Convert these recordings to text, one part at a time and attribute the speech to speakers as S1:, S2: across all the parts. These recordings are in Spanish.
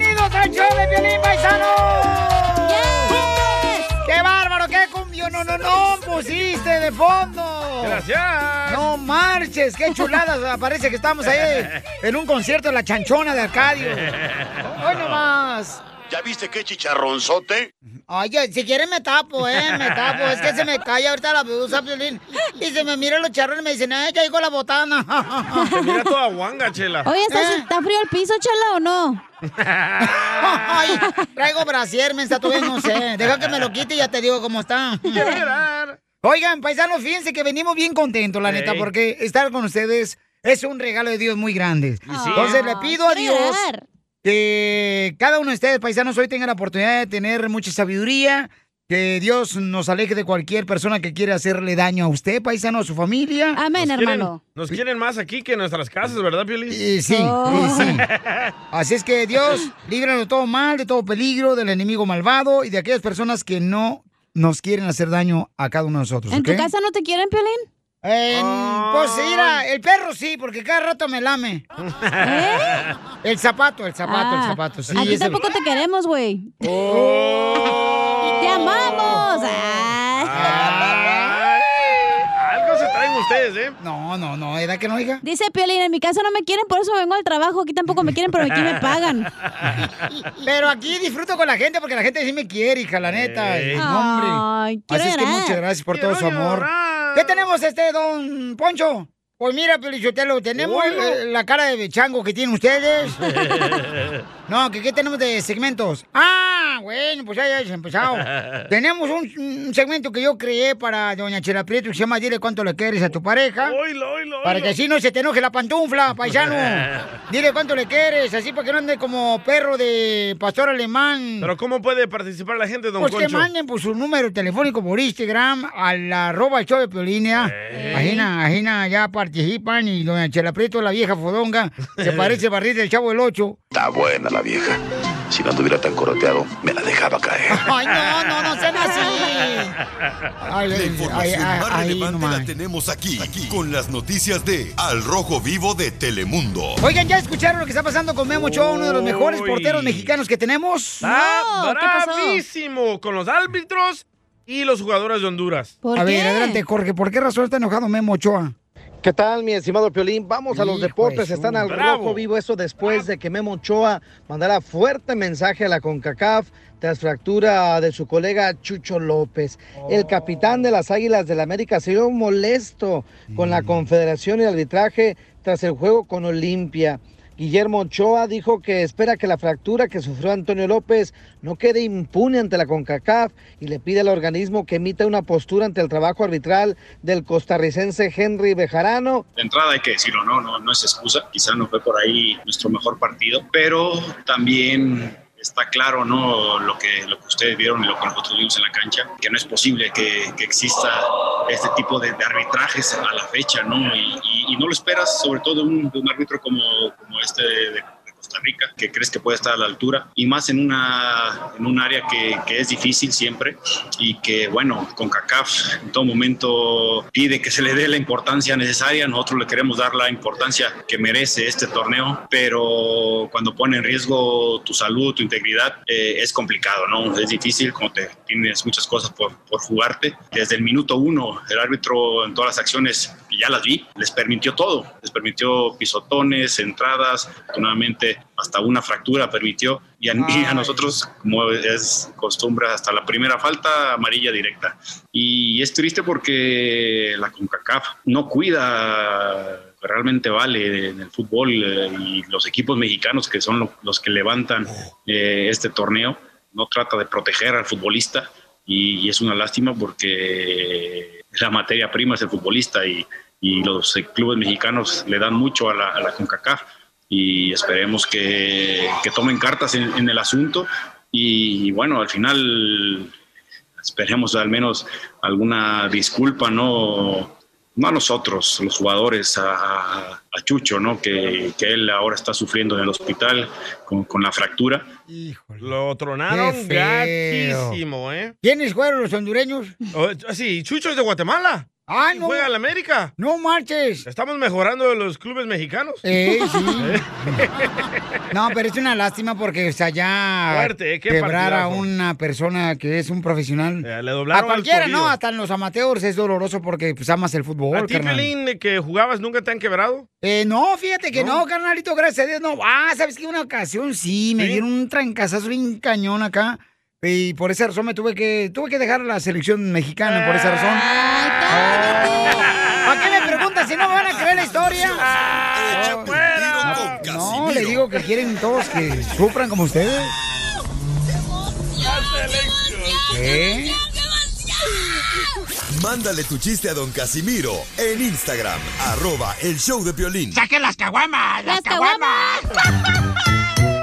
S1: escuchar el show de Piolín, paisano!
S2: ¡Yes!
S1: ¡Qué bárbaro! ¡Qué cumbio! ¡No, no, no! ¡Pusiste de fondo!
S3: Gracias.
S1: ¡No marches! ¡Qué chulada! Parece que estamos ahí en un concierto de la chanchona de Arcadio. ¡Hoy nomás!
S4: ¿Ya viste qué chicharronzote?
S1: Oye, si quieren me tapo, ¿eh? Me tapo. Es que se me cae ahorita la blusa, Piolín. Y se me miran los charros y me dicen, ¡ay, ya llegó la botana! Eh.
S3: Te mira toda guanga, chela. Eh.
S2: Oye, ¿está, está frío el piso, chela, o no?
S1: Ay, traigo brasier, me tatué, no sé. Deja que me lo quite y ya te digo cómo está. Oigan, paisanos, fíjense que venimos bien contentos, la
S3: Ey.
S1: neta, porque estar con ustedes es un regalo de Dios muy grande.
S3: sí.
S1: Entonces le pido a
S2: quiero
S1: Dios
S2: llorar.
S1: que cada uno de ustedes, paisanos, hoy tenga la oportunidad de tener mucha sabiduría, que Dios nos aleje de cualquier persona que quiera hacerle daño a usted, paisano, a su familia.
S2: Amén,
S3: Nos quieren-
S2: hermano.
S3: Nos quieren más aquí que en nuestras casas, ¿verdad, Piolín?
S1: Y sí,
S2: Oh.
S1: y sí. Así es que Dios, líbranos de todo mal, de todo peligro, del enemigo malvado y de aquellas personas que no nos quieren hacer daño a cada uno de nosotros.
S2: ¿En tu
S1: ¿ok?
S2: casa no te quieren, Piolín?
S1: En- pues mira, el perro sí, porque cada rato me lame. El zapato, el zapato, el
S2: ¿Eh? Ah,
S1: zapato, sí.
S2: A ti
S1: es el-
S2: tampoco te queremos, güey.
S3: ¡Oh!
S2: ¡Te amamos! Ah.
S3: Ay, Algo se traen ustedes, ¿eh?
S1: No, no, no, ¿era que no oiga?
S2: Dice Piolín, en mi casa no me quieren, por eso vengo al trabajo. Aquí tampoco me quieren, pero aquí me pagan.
S1: Pero aquí disfruto con la gente porque la gente sí me quiere, hija, la neta.
S3: Ey.
S1: y no, hombre.
S2: Ay, quiero
S1: Así es que
S2: llorar.
S1: muchas gracias por todo su
S3: Quiero
S1: amor.
S3: llorar.
S1: ¿Qué tenemos este, don Poncho? Pues mira, Pelichotelo, tenemos
S3: Uno.
S1: eh, la cara de chango que tienen ustedes. no, que qué tenemos de segmentos. Ah, bueno, pues ya ya se empezado. tenemos un, un segmento que yo creé para doña Chela Prieto que se llama Dile cuánto le quieres a tu pareja.
S3: Oilo, oilo,
S1: Para que
S3: oilo.
S1: así no se te enoje la pantufla, paisano. Dile cuánto le quieres, así para que no ande como perro de pastor alemán.
S3: Pero ¿cómo puede participar la gente, don
S1: Pues que
S3: Concho?
S1: manden por su número telefónico por Instagram al arroba el show de Piolín, ¿ya?
S3: Eh.
S1: Ajena, ajena, ya participan y doña Chela Prieto, la vieja fodonga, se parece barril del chavo del 8.
S4: Está buena la vieja. Si no anduviera tan coroteado, me la dejaba caer.
S1: Ay, no, no, no sean así. Ay,
S5: La
S1: ay, ay,
S5: información
S1: ay,
S5: más
S1: ay,
S5: relevante
S1: nomás.
S5: la tenemos aquí, aquí, con las noticias de Al Rojo Vivo de Telemundo.
S1: Oigan, ¿ya escucharon lo que está pasando con Memo Ochoa, uno de los mejores
S3: Uy. Ah,
S1: porteros mexicanos que tenemos?
S3: Está
S2: No, ¿qué pasó?
S3: bravísimo con los árbitros y los jugadores de Honduras.
S2: ¿Por
S1: A
S2: qué?
S1: ver, adelante, Jorge, ¿por qué razón está enojado Memo Ochoa?
S6: ¿Qué tal, mi estimado Piolín? Vamos a los
S1: Hijo de
S6: deportes.
S1: su-
S6: Están al
S3: Bravo.
S6: rojo vivo. Eso después de que Memo Ochoa mandara fuerte mensaje a la CONCACAF tras fractura de su colega Chucho López. El capitán de las Águilas del América se vio molesto con la Confederación y el arbitraje tras el juego con Olimpia. Guillermo Ochoa dijo que espera que la fractura que sufrió Antonio López no quede impune ante la CONCACAF y le pide al organismo que emita una postura ante el trabajo arbitral del costarricense Henry Bejarano
S7: De entrada hay que decirlo, no, no, no es excusa, quizá no fue por ahí nuestro mejor partido, pero también está claro, ¿no? Lo que, lo que ustedes vieron y lo que nosotros vimos en la cancha, que no es posible que, que exista este tipo de, de arbitrajes a la fecha, ¿no? Y, y- y no lo esperas, sobre todo de un, de un árbitro como, como este de, de Costa Rica, que crees que puede estar a la altura, y más en una en un área que, que es difícil siempre y que, bueno, con CACAF en todo momento pide que se le dé la importancia necesaria, nosotros le queremos dar la importancia que merece este torneo, pero cuando pone en riesgo tu salud, tu integridad, eh, es complicado, ¿no? Es difícil cuando te, tienes muchas cosas por, por jugarte. Desde el minuto uno, el árbitro en todas las acciones, y ya las vi, les permitió todo, les permitió pisotones, entradas, afortunadamente hasta una fractura permitió, y a, y a nosotros, como es costumbre, hasta la primera falta amarilla directa. Y es triste porque la CONCACAF no cuida lo que realmente vale en el fútbol eh, y los equipos mexicanos que son lo- los que levantan eh, este torneo no trata de proteger al futbolista y, y es una lástima porque la materia prima es el futbolista y, y los eh, clubes mexicanos le dan mucho a la, a la CONCACAF y esperemos que, que tomen cartas en, en el asunto y bueno, al final esperemos al menos alguna disculpa, ¿no? No a nosotros, los jugadores, a, a- a Chucho, ¿no? Que, que él ahora está sufriendo en el hospital con, con la fractura.
S1: Híjole.
S3: Lo tronaron
S1: Qué feo.
S3: gatísimo, ¿eh?
S1: ¿Quiénes fueron los hondureños?
S3: O- sí, Chucho es de Guatemala.
S1: Ah,
S3: Y
S1: no.
S3: juega al América.
S1: No marches.
S3: Estamos mejorando de los clubes mexicanos.
S1: Eh, sí. No, pero es una lástima porque, o sea, ya
S3: Fuerte, ¿eh? Qué
S1: quebrar a
S3: partidazo.
S1: una persona que es un profesional.
S3: Eh, le
S1: a
S3: doblaron el
S1: cualquiera,
S3: tobillo.
S1: ¿no? Hasta en los amateurs es doloroso porque pues amas el fútbol,
S3: ¿A ti,
S1: carnal.
S3: Piolín, de que jugabas nunca te han quebrado?
S1: Eh, no, fíjate que no.
S3: ¿No?
S1: carnalito, gracias a Dios, no. Ah, ¿sabes qué? Una ocasión sí, me
S3: ¿Sí?
S1: dieron un trancazazo bien cañón acá. Y por esa razón me tuve que, tuve que dejar la selección mexicana, por esa razón. ¿Para qué me preguntas si no me van a creer la historia?
S5: Échate un tiro con Casimiro.
S1: No, le digo que quieren todos que sufran como ustedes. ¿Eh?
S5: Mándale tu chiste a don Casimiro en Instagram, arroba el show de violín.
S1: ¡Saquen las caguamas!
S2: ¡Las caguamas!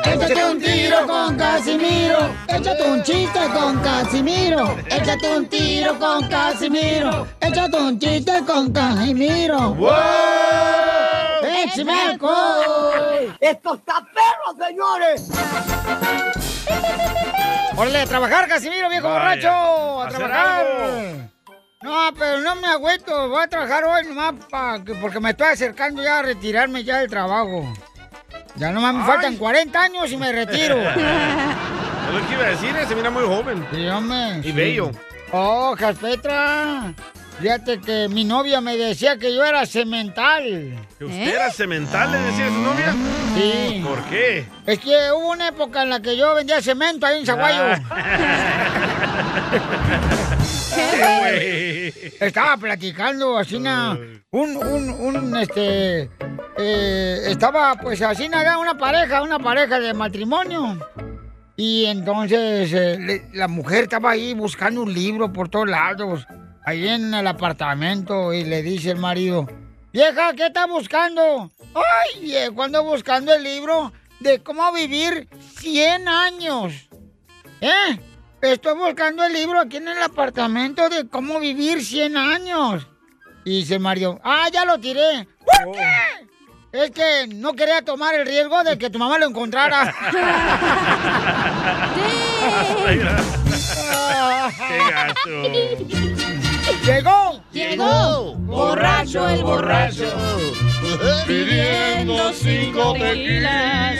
S1: Échate un tiro con Casimiro. Échate un chiste con Casimiro. Échate un tiro con Casimiro. Échate un chiste con Casimiro. ¡Wow! ¡Échame alcohol!
S8: ¡Esto está perro, señores!
S1: ¡Órale, a trabajar, Casimiro, viejo
S3: Vaya.
S1: borracho! ¡A
S3: Hacer
S1: trabajar!
S3: algo.
S1: No, pero no me agüeto. Voy a trabajar hoy nomás pa- que- porque me estoy acercando ya a retirarme ya del trabajo. Ya nomás me
S3: Ay.
S1: faltan 40 años y me retiro.
S3: Es lo que iba a decir, eh, se mira muy joven.
S1: Sí, hombre,
S3: Y
S1: sí.
S3: bello.
S1: Oh, Petra. Fíjate que mi novia me decía que yo era semental. ¿Eh?
S3: Que usted
S2: ¿Eh?
S3: era cemental, le decía a su novia.
S1: Sí.
S3: ¿Por qué?
S1: Es que hubo una época en la que yo vendía cemento ahí en
S9: Ah.
S1: Zaguayo.
S3: Güey.
S1: Estaba platicando, así na- un, un, un, este, eh, estaba pues así nada, una pareja, una pareja de matrimonio. Y entonces eh, le- la mujer estaba ahí buscando un libro por todos lados, ahí en el apartamento, y le dice el marido, vieja, ¿qué está buscando? Ay, viejo, ando buscando el libro de cómo vivir 100 años. ¿Eh? Estoy buscando el libro aquí en el apartamento de cómo vivir 100 años. Y dice Mario, ah, ya lo tiré. ¿Por qué? Es que no quería tomar el riesgo de que tu mamá lo encontrara.
S3: Ay, mira, qué gacho.
S1: Llegó.
S2: Llegó borracho el borracho pidiendo cinco tequilas.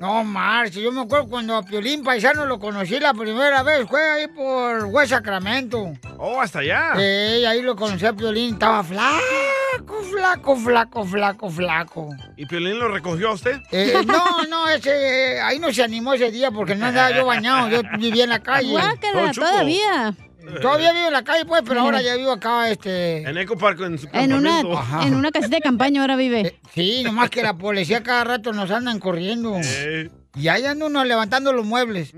S1: No, Marcio, yo me acuerdo cuando a Piolín Paisano lo conocí la primera vez. Fue ahí por West Sacramento.
S3: Oh, hasta allá.
S1: Sí, ahí lo conocí a Piolín. Estaba flaco, flaco, flaco, flaco, flaco.
S3: ¿Y Piolín lo recogió a usted?
S1: Eh, no, no, ese, eh, ahí no se animó ese día porque no andaba yo bañado, yo vivía en la calle.
S2: Guácala,
S3: Don Chuco.
S2: todavía. Mm.
S1: Todavía vivo en la calle, pues, pero ahora ya vivo acá, este...
S3: En Eco Park, en su
S2: En una,
S3: campamento.
S1: Ajá. Eh,
S2: en una casita de campaña ahora vive.
S1: Sí, nomás que la policía cada rato nos andan corriendo.
S3: Eh,
S1: Y ahí andan uno levantando los muebles.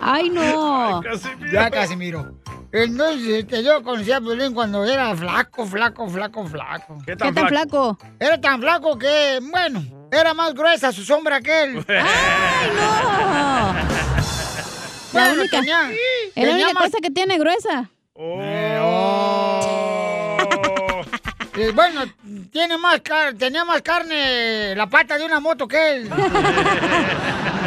S2: Ay, no.
S3: casi
S1: Ya,
S3: mira.
S1: Casimiro. Entonces, este, yo conocí a Piolín cuando era flaco, flaco, flaco, flaco.
S3: ¿Qué
S2: ¿Qué
S3: tan
S2: tan
S3: flaco?
S2: flaco?
S1: Era tan flaco que, bueno, era más gruesa su sombra que él.
S2: ¡Ay, no! La
S1: Bueno,
S2: única,
S1: tenía-
S2: es la
S1: tenía
S2: única
S1: más-
S2: cosa que tiene gruesa.
S3: Oh.
S1: Eh, bueno, tiene más car- tenía más carne la pata de una moto que él.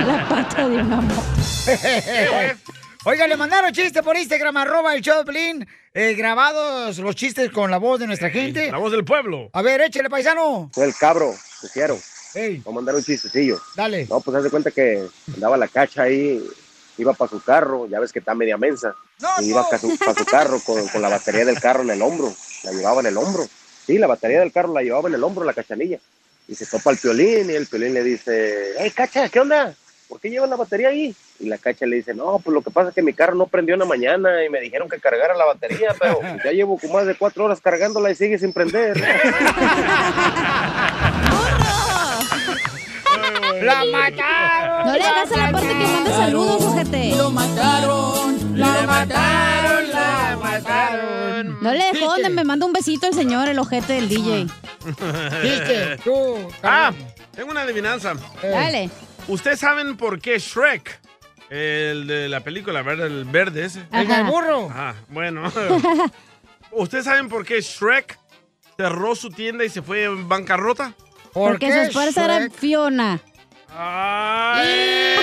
S2: La pata de una mo-
S1: Oiga, le mandaron chistes por Instagram, arroba el Choplin, eh, grabados los chistes con la voz de nuestra gente.
S3: La voz del pueblo.
S1: A ver, échale, paisano.
S10: Fue el cabro, te quiero.
S1: Ey,
S10: Voy a mandar un chistecillo.
S1: dale.
S10: No, pues haz de cuenta que andaba la cacha ahí, iba para su carro, ya ves que está media mensa. y iba para su, pa' su carro con, con la batería del carro en el hombro, la llevaba en el hombro. Sí, la batería del carro la llevaba en el hombro, la cachanilla. Y se topa el piolín y el piolín le dice, hey cacha, ¿qué onda? ¿Por qué llevas la batería ahí? Y la cacha le dice, no, pues lo que pasa es que mi carro no prendió en la mañana y me dijeron que cargara la batería, pero pues, ya llevo como más de cuatro horas cargándola y sigue sin prender.
S1: ¡La mataron!
S2: No le hagas a la parte que manda saludos, ojete.
S1: ¡La mataron!
S2: No le dejó
S1: Chiste.
S2: donde me manda un besito el señor, el ojete del DJ.
S1: Chiste, tú.
S3: Ah,
S1: Carmen.
S3: tengo una adivinanza.
S1: Eh,
S2: Dale.
S3: ¿Ustedes saben por qué Shrek, el de la película, ¿verdad? El verde ese?
S1: El del
S2: Ajá.
S1: burro.
S3: Ah, bueno. ¿Ustedes saben por qué Shrek cerró su tienda y se fue en bancarrota?
S1: ¿Por
S2: Porque su esposa era
S1: Shrek?
S2: Fiona.
S3: ¡Ay!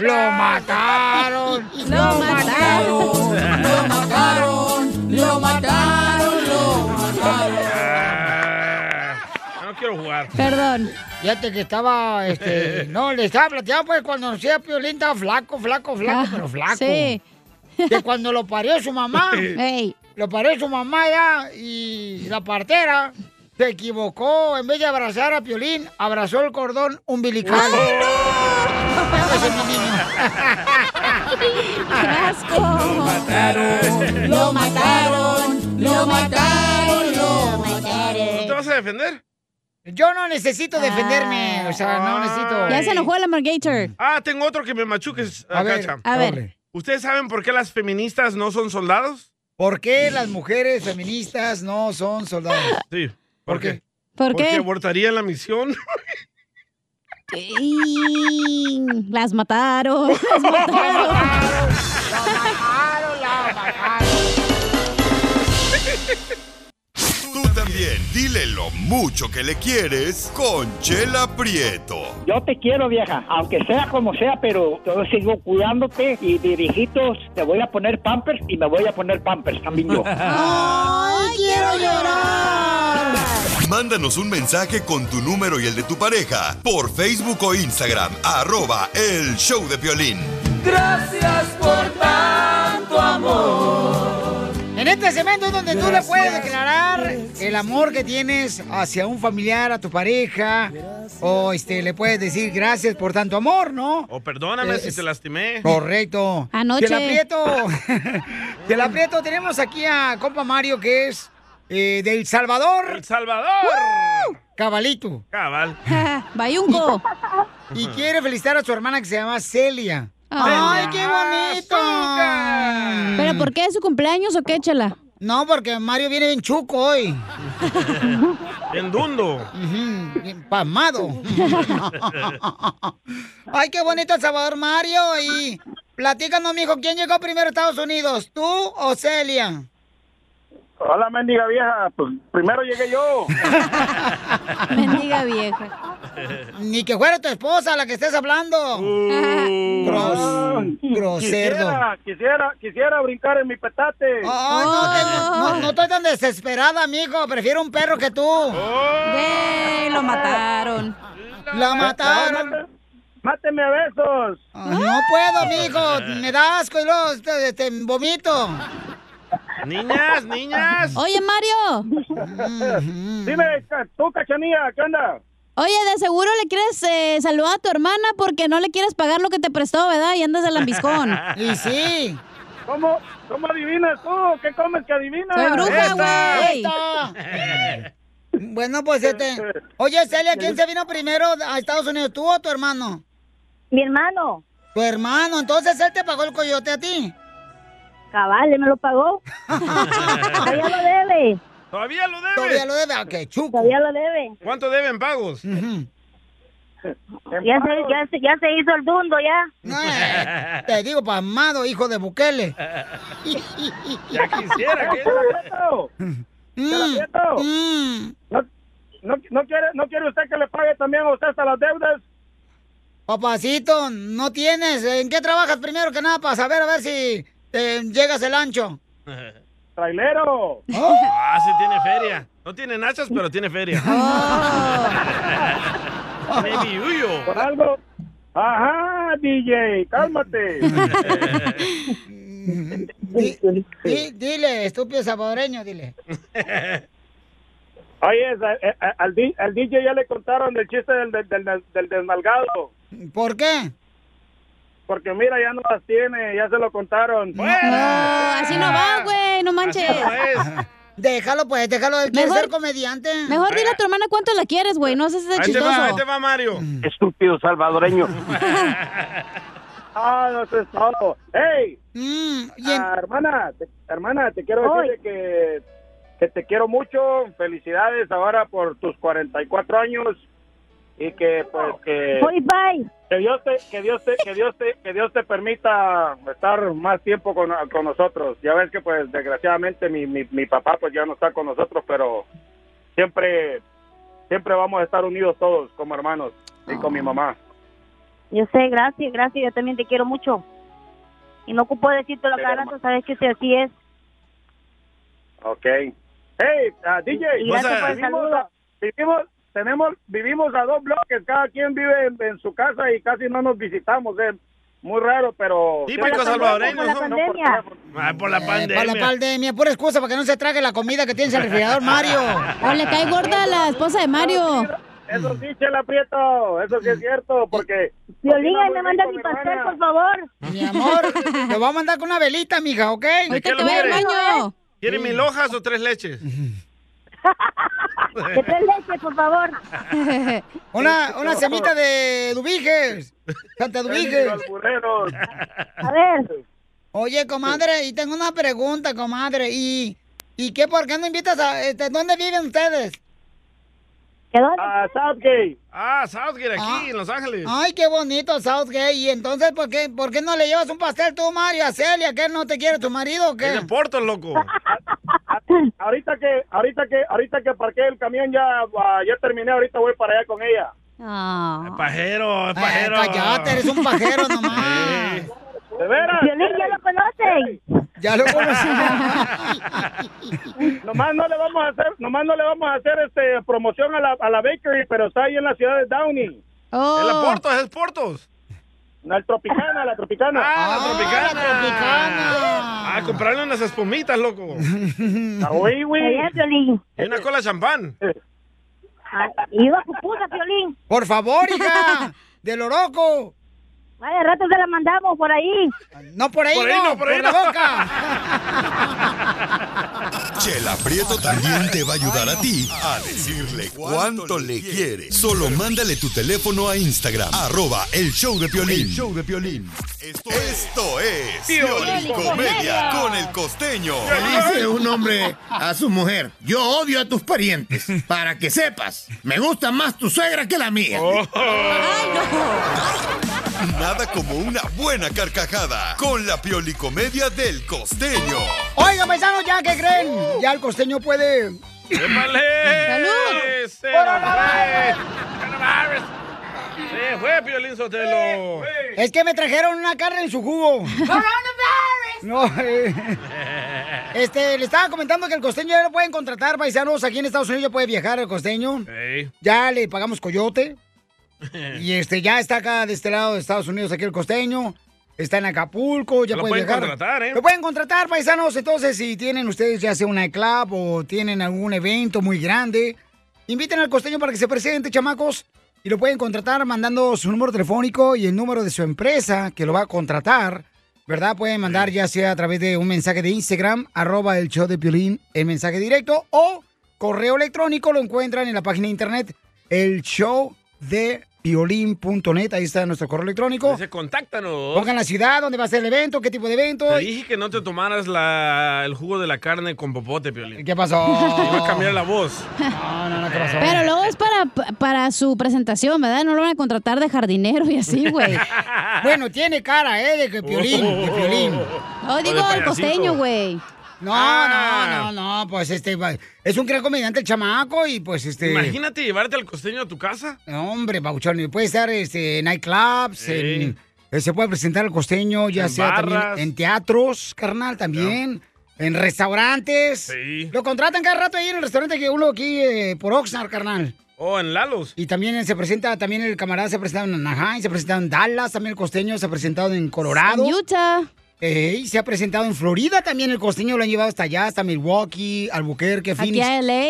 S1: Lo mataron. Lo mataron. Lo mataron. Lo mataron. Lo
S3: No quiero jugar.
S2: Perdón.
S1: Fíjate que estaba, este, no, le estaba platicando pues cuando nos hacía Piolín estaba flaco, flaco, flaco,
S2: Ah,
S1: pero flaco.
S2: sí.
S1: Que cuando lo parió su mamá,
S2: Ey.
S1: lo parió su mamá ya y la partera se equivocó, en vez de abrazar a Piolín, abrazó el cordón umbilical. Ese es mi niño.
S2: Lo
S3: mataron.
S1: Lo mataron. Lo mataron. Lo
S3: ¿No te vas a defender?
S1: Yo no necesito
S11: Ah.
S1: defenderme, o sea, no necesito.
S2: Ya se enojó el Amargator.
S3: Ah, tengo otro que me machuques,
S1: A ver,
S3: Cacha.
S2: a ver.
S3: ¿Ustedes saben por qué las feministas no son soldados?
S1: ¿Por qué las mujeres feministas no son soldados?
S3: Sí. ¿Por, qué?
S2: ¿Por
S3: Porque
S2: qué?
S3: abortarían la misión.
S1: Mm.
S2: Y- Las mataron. Las mataron.
S5: Tú también, dile lo mucho que le quieres con Chela Prieto.
S11: Yo te quiero, vieja, aunque sea como sea, pero yo sigo cuidándote y de viejitos te voy a poner pampers y me voy a poner pampers también yo.
S1: ¡Ay, quiero llorar!
S5: Mándanos un mensaje con tu número y el de tu pareja por Facebook o Instagram, arroba el show de violín.
S1: Gracias por tanto amor. En este segmento es donde tú le puedes declarar el amor que tienes hacia un familiar, a tu pareja, o este le puedes decir gracias por tanto amor, ¿no?
S3: O perdóname si
S1: Es-
S3: te lastimé.
S1: Correcto.
S3: Anoche.
S1: Te la aprieto. Te la aprieto. Tenemos aquí a compa Mario que es eh, de El Salvador. El
S3: Salvador.
S1: Cabalito.
S3: Cabal.
S2: Bayunco.
S1: Y quiere felicitar a su hermana que se llama Celia.
S2: Ay.
S1: ¡Ay, qué bonito!
S2: Ah. ¿Pero por qué es su cumpleaños o qué, chela?
S1: No, porque Mario viene bien chuco hoy.
S3: En dundo.
S1: Ujú, bien Pasmado. Ay, qué bonito El Salvador, Mario. Y platícanos, mijo, ¿quién llegó primero a Estados Unidos? ¿Tú o Celia?
S12: Hola, mendiga vieja. Pues primero llegué yo.
S2: Bendiga vieja.
S1: Ni que fuera tu esposa la que estés hablando. Gros- Groserdo.
S12: Uh. Quisiera, quisiera, quisiera brincar en mi petate.
S1: Ay, no, te- no,
S2: Oh.
S1: no estoy tan desesperada, amigo. Prefiero un perro que tú.
S12: Oh.
S2: lo mataron.
S1: La mataron.
S12: Máteme a besos.
S1: No puedo, amigo. Me da asco y luego te, te vomito.
S3: Niñas, niñas.
S2: Oye, Mario.
S12: Dime, tú, cachanía, ¿qué onda?
S2: Oye, de seguro le quieres eh, saludar a tu hermana porque no le quieres pagar lo que te prestó, ¿verdad? Y andas de lambiscón.
S1: Y sí.
S12: ¿Cómo, ¿Cómo adivinas tú? ¿Qué comes que adivinas?
S2: Soy bruja, güey.
S1: Esta. Bueno, pues este. Oye, Celia, ¿quién se vino primero a Estados Unidos? ¿Tú o tu hermano? Mi hermano. Tu hermano, entonces él te pagó el coyote a ti.
S9: Cabal, él me lo pagó. Todavía lo debe.
S3: Todavía lo debe.
S1: Todavía lo debe, ok, chupo.
S9: Todavía lo debe.
S3: ¿Cuánto deben pagos?
S9: Ya se, ya, se, ya se hizo el dundo, ya.
S1: Te digo, pasmado, hijo de Bukele.
S12: Ya quisiera, ¿qué?
S1: Mm,
S12: ¿No, no, no, quiere, ¿No quiere usted que le pague también a usted hasta las deudas?
S1: Papacito, no tienes. ¿En qué trabajas primero que nada para saber a ver si eh, llegas el ancho? Oh.
S12: ¡Trailero!
S3: Ah, sí tiene feria. No tiene nachas, pero tiene feria.
S1: Oh.
S3: Baby Yuyo.
S12: Por algo. Ajá, DJ, cálmate.
S1: Di- dile, estúpido salvadoreño, dile.
S12: Oye, es- eh, eh, al, di- al DJ ya le contaron el chiste del, del, del- del desnalgado.
S1: ¿Por qué?
S12: Porque mira, ya no las tiene, ya se lo contaron.
S2: Así no va, güey, no manches.
S1: Déjalo, pues, déjalo. Él quiere ser comediante.
S2: Mejor dile a tu hermana cuánto la quieres, güey. No seas
S3: Ahí te va, ahí te
S2: chistoso.
S3: va, Mario.
S12: Mm. Estúpido salvadoreño. Ah, no, eso es todo. ¡Ey! Ah, hermana, te- hermana, te quiero
S9: Ay.
S12: decir que, que te quiero mucho. Felicidades ahora por tus 44 años. Y que, pues, que...
S9: Voy, bye.
S12: Que Dios te, que Dios te, que Dios te, que Dios te permita estar más tiempo con, con nosotros. Ya ves que pues desgraciadamente mi, mi, mi papá pues ya no está con nosotros, pero siempre, siempre vamos a estar unidos todos como hermanos y con mi mamá.
S13: Yo sé, gracias, gracias. Yo también te quiero mucho. Y no ocupo decirte la
S12: Sí,
S13: cara,
S12: hermano.
S13: tú sabes que si así es.
S12: Ok. Hey, ah, DJ,
S13: Y gracias por el
S12: vivimos,
S13: saludo.
S12: a- vivimos- tenemos, vivimos a dos bloques, cada quien vive en, en su casa y casi no nos visitamos, es muy raro, pero...
S3: Típico Por la salvadoreño, pandemia, por la ¿no? pandemia. Ah, por la pandemia.
S1: Para Eh, la pandemia, pura excusa para que no se trague la comida que tienes en el refrigerador, Mario.
S2: O le cae gorda a la esposa de Mario.
S12: Eso sí, Chela Prieto, eso sí es cierto, porque...
S13: Violín,
S12: cocina muy
S13: me manda
S12: rico,
S13: mi
S12: mi
S13: pastel,
S12: hermana.
S13: por favor.
S1: Mi amor, lo voy a mandar con una velita, mija, ¿ok?
S3: ¿De qué lo quiere?
S12: ¿Eh?
S3: ¿Quiere
S1: Sí.
S3: mil hojas o tres leches?
S13: Que tres leches, por favor.
S1: Una, una semita de Dubiges. Santa Dubiges.
S13: A ver.
S1: Oye, comadre, y tengo una pregunta, comadre. ¿Y, y qué? ¿Por qué no invitas a.? Este, ¿Dónde viven ustedes?
S13: ¿Qué dónde?
S12: Ah, Southgate.
S3: Ah, Southgate, aquí,
S1: Ah.
S3: en Los Ángeles.
S1: Ay, qué bonito, Southgate. Y entonces, ¿por qué, ¿por qué no le llevas un pastel tú, Mario, a Celia? ¿Que no te quiere tu marido o qué?
S3: Es de Porto, loco.
S12: Ahorita que, ahorita que, ahorita que parqué el camión ya, ah, ya terminé, ahorita voy para allá con ella.
S2: Ah.
S3: Pajero, es pajero.
S1: cállate, eres un pajero nomás.
S12: ¿De veras?
S13: Violín, ya lo conocen.
S1: Ya lo
S12: nomás no le vamos a hacer, nomás no le vamos a hacer este promoción a la, a la bakery, pero está ahí en la ciudad de Downey.
S3: Es
S13: Oh.
S3: la Portos, es Portos.
S12: No, el Tropicana, la Tropicana.
S3: Ah, la Tropicana. Ah, comprarle unas espumitas, loco.
S12: Ah, uy, uy.
S13: Allá, Violín.
S3: Y una cola de champán.
S13: Ah, Y una pupusa, Violín.
S1: Por favor, hija. Ah, De Loroco.
S13: Vale, rato se la mandamos por ahí.
S1: No por ahí, Por ahí no, no, por ahí por la no. boca.
S5: Chela Prieto también te va a ayudar a ti a decirle cuánto le quiere. Solo mándale tu teléfono a Instagram, arroba el show de Piolín.
S14: El
S5: show de Piolín. Esto, esto
S15: é
S5: es Piolín Comedia con el costeño.
S14: Le dice un hombre a su mujer, yo odio a tus parientes, para que sepas, me gusta más tu suegra que la mía.
S3: Oh.
S5: Nada como una buena carcajada con la Pioli Comedia del costeño.
S1: Oiga, paisanos, ¿ya qué creen? Ya el costeño puede...
S3: ¡Épale!
S1: ¡Salud!
S3: ¡Se fue! ¡Coronavirus! ¡Se fue, Eh, Piolín Sotelo!
S1: Es que me trajeron una carne en su jugo. No, eh, este, le estaba comentando que el costeño ya lo pueden contratar, paisanos. Aquí en Estados Unidos ya puede viajar el costeño.
S3: Ey.
S1: Ya le pagamos coyote. Y este, ya está acá de este lado de Estados Unidos, aquí el costeño. Está en Acapulco, ya
S3: Lo
S1: puede
S3: pueden
S1: viajar.
S3: contratar, ¿eh?
S1: Lo pueden contratar, paisanos. Entonces, si tienen ustedes ya sea una club o tienen algún evento muy grande, inviten al costeño para que se presente, chamacos. Y lo pueden contratar mandando su número telefónico y el número de su empresa que lo va a contratar. ¿Verdad? Pueden mandar ya sea a través de un mensaje de Instagram, arroba el show de Piolín, el mensaje directo o correo electrónico lo encuentran en la página de internet, el show de piolín.net. Ahí está nuestro correo electrónico.
S3: Dice, contáctanos.
S1: Pongan la ciudad, dónde va a ser el evento, qué tipo de evento.
S3: Te dije que no te tomaras la- el jugo de la carne con popote, Piolín.
S1: ¿Qué pasó?
S3: Te Iba a cambiar la voz.
S2: Pero luego es para, para su presentación, ¿verdad? No lo van a contratar de jardinero y así, güey.
S1: Bueno, tiene cara, ¿eh? De que Piolín, de Piolín.
S2: No, digo el costeño, güey.
S1: No,
S3: Ah.
S1: no, no, no, pues este, va- es un gran comediante el chamaco y pues este...
S3: Imagínate llevarte al costeño a tu casa.
S1: No, hombre, Bauchón, y puede estar este, en nightclubs, en- eh, se puede presentar el costeño, ya
S3: En
S1: sea también
S3: barras.
S1: en teatros, carnal, también, en restaurantes.
S3: Sí.
S1: Lo contratan cada rato ahí en el restaurante que uno aquí eh, por Oxnard, carnal.
S3: O Oh, en Lalos.
S1: Y también eh, se presenta, también el camarada se ha presentado en Anaheim, se ha presentado en Dallas, también el costeño se ha presentado en Colorado.
S2: En Utah.
S1: y se ha presentado en Florida también, el costeño lo han llevado hasta allá, hasta Milwaukee, Albuquerque, Phoenix.
S2: a LA.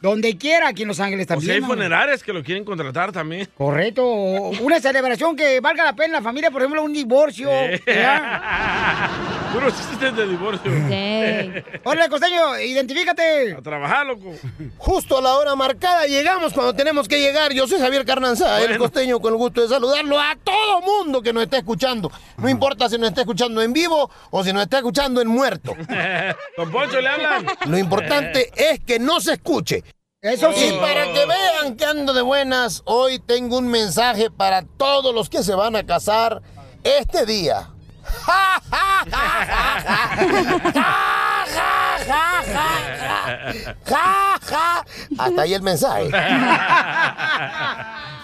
S1: Donde quiera, aquí en Los Ángeles
S3: O si
S1: también.
S3: hay
S1: hombre.
S3: funerarias que lo quieren contratar también.
S1: Correcto. o Una celebración que valga la pena en la familia, por ejemplo, un divorcio. ¿ya?
S3: Puros chistes de divorcio.
S1: Órale, costeño, identifícate.
S3: A trabajar, loco.
S14: Justo a la hora marcada llegamos cuando tenemos que llegar. Yo soy Javier Carranza, el costeño, con el gusto de saludarlo a todo mundo que nos está escuchando.
S3: Mm.
S14: No importa si nos está escuchando en vivo o si nos está escuchando en muerto.
S3: Don Poncho, ¿le hablan? Eh.
S14: Lo importante es que no se escuche.
S1: Eso sí.
S14: Y para que vean que ando de buenas, hoy tengo un mensaje para todos los que se van a casar este día. ¡Ja, ja, ja, ja, ja! ¡Ja, ja,
S9: ja, ja, ja, ja. Hasta ahí el mensaje.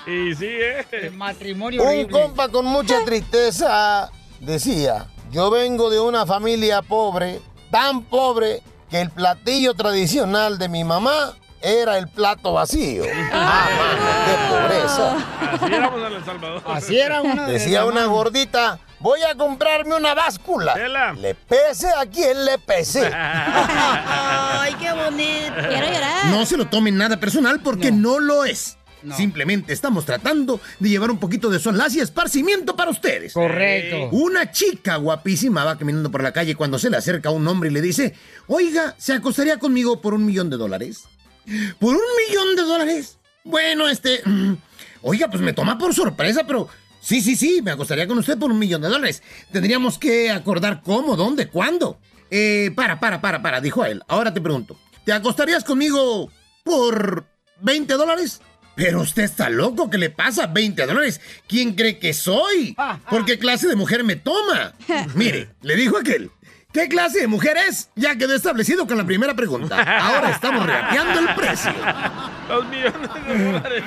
S3: y sí, ¿eh?
S1: Matrimonio
S9: Un compa con mucha tristeza decía, yo vengo de una familia pobre, tan pobre que el platillo tradicional de mi mamá era el plato vacío. Ah, man, ¡Qué pobreza!
S3: Así éramos en El Salvador.
S1: Así era una de
S9: Decía
S1: esas,
S9: una
S1: ¿no?
S9: gordita, voy a comprarme una báscula. Le pese a quien le pese.
S2: Ay, qué bonito. Quiero llorar.
S14: No se lo tomen nada personal porque no, lo es. Simplemente estamos tratando de llevar un poquito de solaz y esparcimiento para ustedes.
S1: Correcto.
S14: Una chica guapísima va caminando por la calle cuando se le acerca un hombre y le dice, oiga, ¿se acostaría conmigo por un millón de dólares? ¿Por un millón de dólares? Bueno, este... mm, Oiga, pues me toma por sorpresa, pero... Sí, sí, sí, me acostaría con usted por un millón de dólares. Tendríamos que acordar cómo, dónde, cuándo. Eh, para, para, para, para, dijo él. Ahora te pregunto, ¿te acostarías conmigo por 20 dólares? Pero usted está loco, ¿qué le pasa? 20 dólares. ¿Quién cree que soy? ¿Por qué clase de mujer me toma? Mire, le dijo aquel. ¿Qué clase de mujer es? Ya quedó establecido con la primera pregunta. Ahora estamos regateando el precio.
S3: Dos millones de dólares.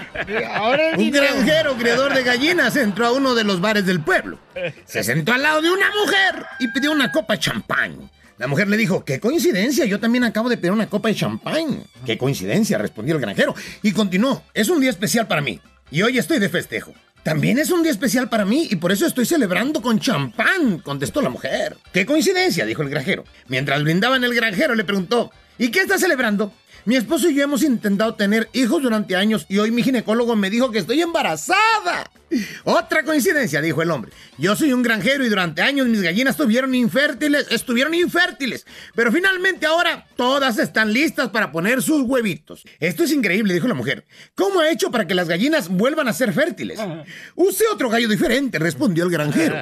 S14: Un granjero criador de gallinas entró a uno de los bares del pueblo. Se sentó al lado de una mujer y pidió una copa de champán. La mujer le dijo, qué coincidencia, yo también acabo de pedir una copa de champán. Qué coincidencia, respondió el granjero. Y continuó, es un día especial para mí. Y hoy estoy de festejo. También es un día especial para mí y por eso estoy celebrando con champán, contestó la mujer. Qué coincidencia, dijo el granjero. Mientras brindaban el granjero le preguntó, ¿y qué está celebrando? Mi esposo y yo hemos intentado tener hijos durante años y hoy mi ginecólogo me dijo que estoy embarazada. Otra coincidencia, dijo el hombre. Yo soy un granjero y durante años mis gallinas estuvieron infértiles, estuvieron infértiles, pero finalmente ahora todas están listas para poner sus huevitos. Esto es increíble, dijo la mujer. ¿Cómo ha hecho para que las gallinas vuelvan a ser fértiles? Use otro gallo diferente, respondió el granjero.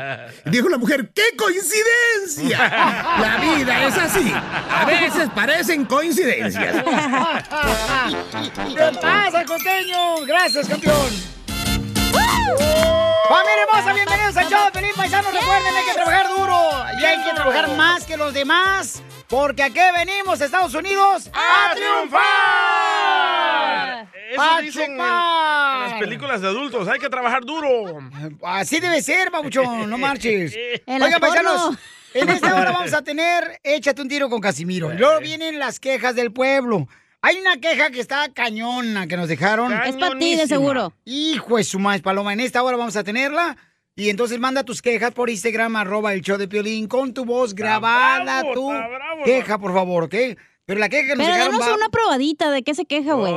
S14: Dijo la mujer, ¡qué coincidencia! La vida es así. A veces parecen coincidencias.
S1: ¿Qué pasa, costeño? Gracias, campeón. ¡Familia hermosa! Bienvenidos al show, feliz paisano. Recuerden, hay que trabajar duro y hay que trabajar más que los demás. Porque aquí venimos, Estados Unidos, a triunfar.
S3: Eso
S1: A
S3: dicen en-
S1: chupar.
S3: en las películas de adultos. Hay que trabajar duro.
S1: Así debe ser, babuchón, no marches.
S3: En
S1: Oigan,
S3: las
S1: paisanos,
S3: porno.
S1: en esta hora vamos a tener Échate un tiro con Casimiro. Y luego vienen las quejas del pueblo. Hay una queja que está cañona que nos dejaron.
S2: Es pa' ti, de seguro.
S1: Hijo de su madre, Paloma. En esta hora vamos a tenerla. Y entonces manda tus quejas por Instagram, arroba el show de Piolín, con tu voz grabada,
S2: bravo,
S1: tu
S2: está bravo.
S1: queja, por favor, ¿ok? Pero la queja que nos
S2: Pero
S1: dejaron
S2: danos
S1: va-
S2: una probadita de qué se queja, güey.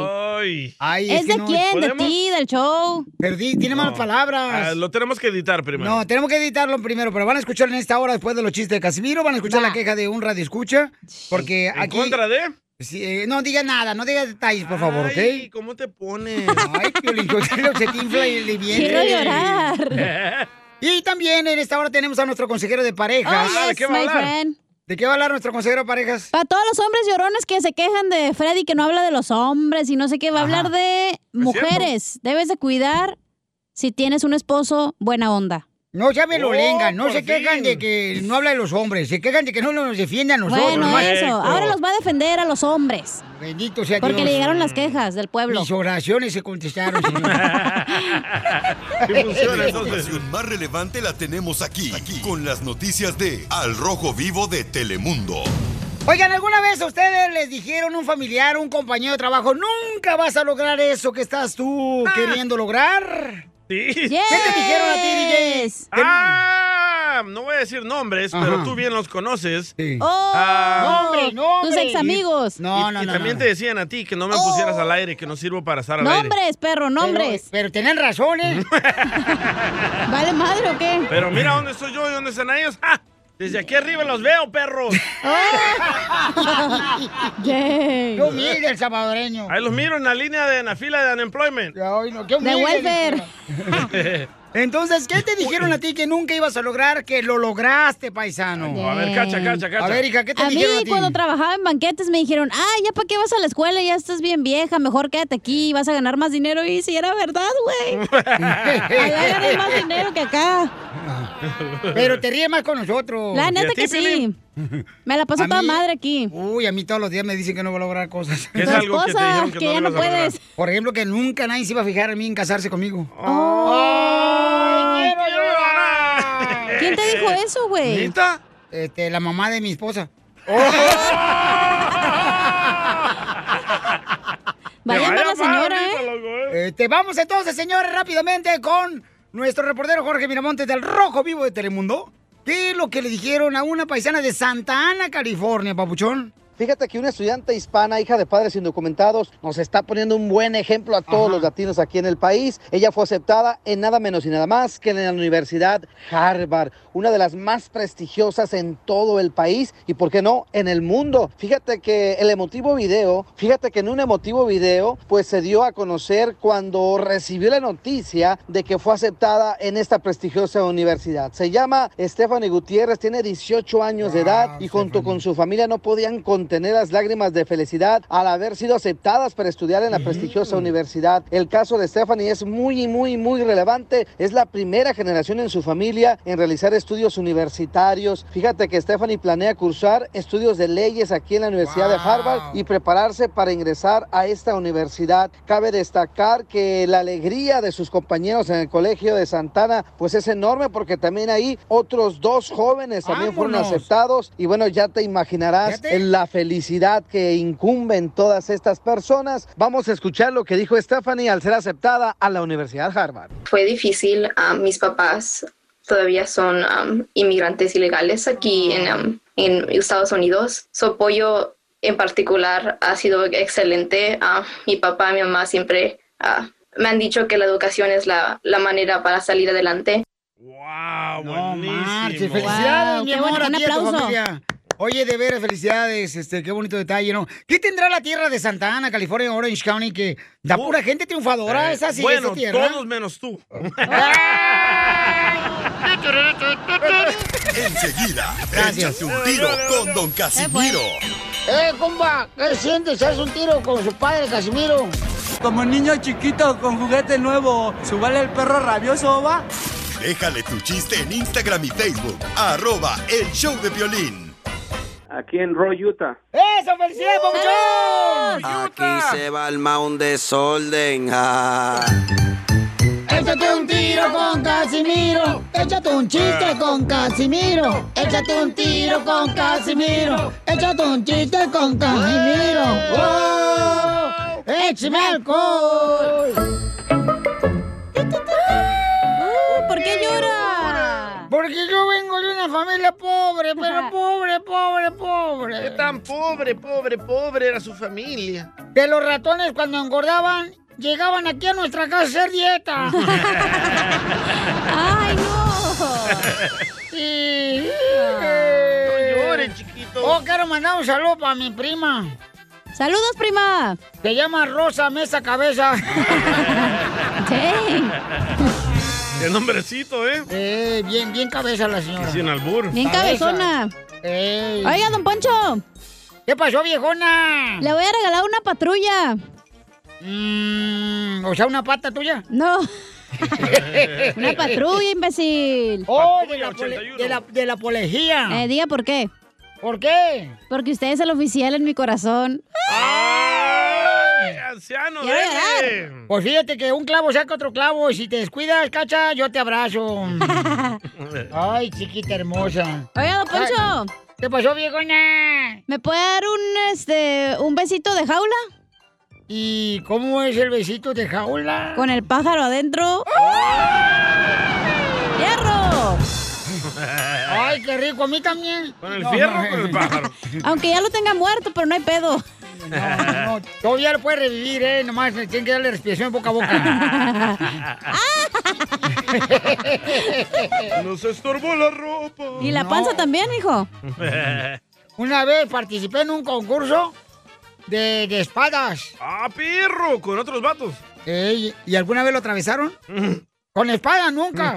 S1: Ay,
S2: ¿Es,
S1: que
S2: de
S1: no-
S2: quién? ¿De ti? ¿Del show?
S1: Perdí, tiene malas palabras.
S3: Ah, lo tenemos que editar primero.
S1: No, tenemos que editarlo primero, pero van a escuchar en esta hora después de los chistes de Casimiro, van a escuchar la queja de un radio escucha, porque
S3: ¿En
S1: aquí...
S3: contra de?
S1: Sí, eh, no diga nada, no diga detalles, por favor, ¿ok?
S3: Ay, ¿cómo te pones?
S1: Ay, Piolín, yo se te infla y le viene.
S3: Quiero llorar.
S1: Y también en esta hora tenemos a nuestro consejero de parejas.
S2: Oh, ¿De qué va a yes, my hablar? friend.
S1: ¿De qué va a hablar nuestro consejero de parejas?
S2: Para todos los hombres llorones que se quejan de Freddy, que no habla de los hombres y no sé qué, va a hablar de mujeres. Debes de cuidar si tienes un esposo buena onda.
S1: No llame lo
S2: Oh,
S1: lenga, no
S2: por
S1: se quejan
S2: fin.
S1: de que no habla de los hombres, se quejan de que no nos defienden a nosotros.
S2: Bueno,
S1: macho.
S2: eso. Ahora los va a defender a los hombres.
S1: Bendito sea
S2: Porque
S1: Dios.
S2: le llegaron las quejas del pueblo.
S1: Mis oraciones se contestaron, señor.
S5: La información más relevante la tenemos aquí, aquí, con las noticias de Al Rojo Vivo de Telemundo.
S1: Oigan, ¿alguna vez a ustedes les dijeron un familiar, un compañero de trabajo, nunca vas a lograr eso que estás tú queriendo lograr?
S3: Ah. Sí.
S1: ¿Qué te dijeron a ti, DJ? Te-
S3: Ah, no voy a decir nombres, pero
S1: Ajá.
S3: tú bien los conoces.
S2: Oh,
S3: Ah,
S1: Nombre, nombre.
S2: Tus ex amigos.
S1: No,
S3: y,
S1: no,
S3: y
S1: no,
S3: también
S1: no.
S3: te decían a ti que no me pusieras al aire, que no sirvo para estar al aire.
S2: Nombres, perro, nombres.
S1: Pero, tienen razón, ¿eh?
S2: ¿Vale madre o qué?
S3: Pero mira dónde estoy yo y dónde están ellos. ¡Ah! Desde aquí arriba los veo, perros.
S2: Yay.
S1: Qué humilde el salvadoreño.
S3: Ahí los miro en la línea de en la fila de unemployment.
S1: Ay, no, qué humilde. Entonces, ¿qué te dijeron a ti que nunca ibas a lograr, que lo lograste, paisano?
S3: A ver, cacha, cacha, cacha.
S1: A ver, hija, ¿qué te
S2: a mí
S1: dijeron a ti?
S2: cuando trabajaba en banquetes me dijeron, ah, ya para qué vas a la escuela, ya estás bien vieja, mejor quédate aquí, vas a ganar más dinero. Y si era verdad, güey. Allá ganas más dinero que acá.
S1: Pero te ríes más con nosotros.
S2: La neta que sí. Me la paso
S1: A
S2: toda
S1: mí-
S2: madre aquí.
S1: Uy, a mí todos los días me dicen que no voy a lograr cosas.
S2: ¿Qué es Tu algo que te esposa, dijeron que que no ya no ibas a lograr? puedes.
S1: Por ejemplo, que nunca nadie se iba a fijar en mí en casarse conmigo.
S2: ¡Ay,
S1: quiero llorar!
S2: ¿Quién te dijo eso, güey?
S1: Eh, ¿Nita? Este, la mamá de mi esposa.
S2: Oh. Vaya
S1: Te
S2: mala señora,
S1: ahorita, loco, ¿eh? Este, vamos entonces, señores, rápidamente con nuestro reportero Jorge Miramontes del Rojo Vivo de Telemundo. ¿Qué es lo que le dijeron a una paisana de Santa Ana, California, papuchón?
S6: Fíjate que una estudiante hispana, hija de padres indocumentados, nos está poniendo un buen ejemplo a todos los latinos aquí en el país. Ella fue aceptada en nada menos y nada más que en la Universidad Harvard, una de las más prestigiosas en todo el país y, ¿por qué no?, en el mundo. Fíjate que el emotivo video, fíjate que en un emotivo video, pues se dio a conocer cuando recibió la noticia de que fue aceptada en esta prestigiosa universidad. Se llama Stephanie Gutiérrez, tiene 18 años de edad y junto con su familia no podían contener las lágrimas de felicidad al haber sido aceptadas para estudiar en la prestigiosa universidad. El caso de Stephanie es muy, muy, muy relevante. Es la primera generación en su familia en realizar estudios universitarios. Fíjate que Stephanie planea cursar estudios de leyes aquí en la Universidad de Harvard y prepararse para ingresar a esta universidad. Cabe destacar que la alegría de sus compañeros en el colegio de Santana pues es enorme porque también ahí otros dos jóvenes también fueron
S9: ¡Vámonos!
S6: aceptados y bueno, ya te imaginarás
S9: Fíjate.
S6: el la felicidad que incumbe en todas estas personas. Vamos a escuchar lo que dijo Stephanie al ser aceptada a la Universidad Harvard.
S16: Fue difícil. ah, mis papás todavía son am, inmigrantes ilegales aquí en, am, en Estados Unidos. Su apoyo en particular ha sido excelente. Ah, mi papá y mi mamá siempre ah, me han dicho que la educación es la, la manera para salir adelante.
S1: ¡Wow! Ah, ¡Buenísimo! ¡Felicidades,
S2: Wow,
S1: mi
S2: qué
S1: amor!
S2: bueno,
S1: a
S2: un
S1: ti y a tu
S2: aplauso.
S1: familia. Oye, de veras, felicidades. Este, qué bonito detalle, ¿no? ¿Qué tendrá la tierra de Santa Ana, California, Orange County, que da pura gente triunfadora?
S3: Eh,
S1: es así,
S3: bueno,
S1: esa tierra.
S3: todos menos tú.
S5: Enseguida,
S1: Gracias.
S5: échate un tiro con Don Casimiro.
S1: ¡Eh, compa! ¿Qué sientes? ¿Haz un tiro con su padre, Casimiro?
S14: Como niño chiquito con juguete nuevo, subale el perro rabioso, va.
S5: Déjale tu chiste en Instagram y Facebook, arroba el show de violín.
S17: Aquí en Roy, Utah.
S1: ¡Eso, felicidades, papuchón!
S18: Aquí se va a armar un desorden. ah.
S1: Échate un tiro con Casimiro. Échate un chiste con Casimiro. Échate un tiro con Casimiro. Échate un chiste con Casimiro. ¡Oh! ¡Échame alcohol!
S2: ¡Uh! ¿Por qué llora?
S1: Porque yo vengo de una familia pobre, pero pobre, pobre, pobre.
S3: Qué tan pobre, pobre, pobre era su familia.
S1: Que los ratones cuando engordaban llegaban aquí a nuestra casa a hacer dieta. ¡Ay, no! Y... No
S3: Ah, llores, chiquito.
S1: Oh, quiero mandar un saludo para mi prima. ¡Saludos, prima! Se llama Rosa Mesa Cabeza.
S3: Qué nombrecito, ¿eh?
S1: Eh, bien, bien cabeza la señora.
S3: Y sin albur.
S2: Bien cabezona.
S1: Ey.
S2: Oiga, don Poncho.
S1: ¿Qué pasó, viejona?
S2: Le voy a regalar una patrulla.
S1: Mm, o sea, una pata tuya.
S2: No. una patrulla, imbécil.
S1: ¡Oh, de la, pole- de la- de la policía!
S2: Eh, diga por qué.
S1: ¿Por qué?
S2: Porque usted es el oficial en mi corazón.
S3: ¡Ay, anciano,
S1: Quiero
S3: déjale!
S1: Pues fíjate que un clavo saca otro clavo y si te descuidas, cacha, yo te abrazo. Ay, chiquita hermosa.
S2: Oiga, don Poncho.
S1: Ay, ¿Qué pasó, viejona?
S2: ¿Me puede dar un, este, un besito de jaula?
S1: ¿Y cómo es el besito de jaula?
S2: Con el pájaro adentro. ¡Fierro!
S1: Ay, qué rico, a mí también.
S3: ¿Con el
S1: No,
S3: fierro
S1: no,
S3: o con el pájaro?
S2: Aunque ya lo tenga muerto, pero no hay pedo.
S1: No, no, todavía lo puede revivir, ¿eh? Nomás le tienen que darle respiración boca a boca.
S3: Nos estorbó la ropa.
S2: ¿Y la panza también, hijo?
S1: Una vez participé en un concurso de, de espadas.
S3: ¡Ah, perro! Con otros vatos.
S1: Ey, ¿Y alguna vez lo atravesaron? Con espada, nunca.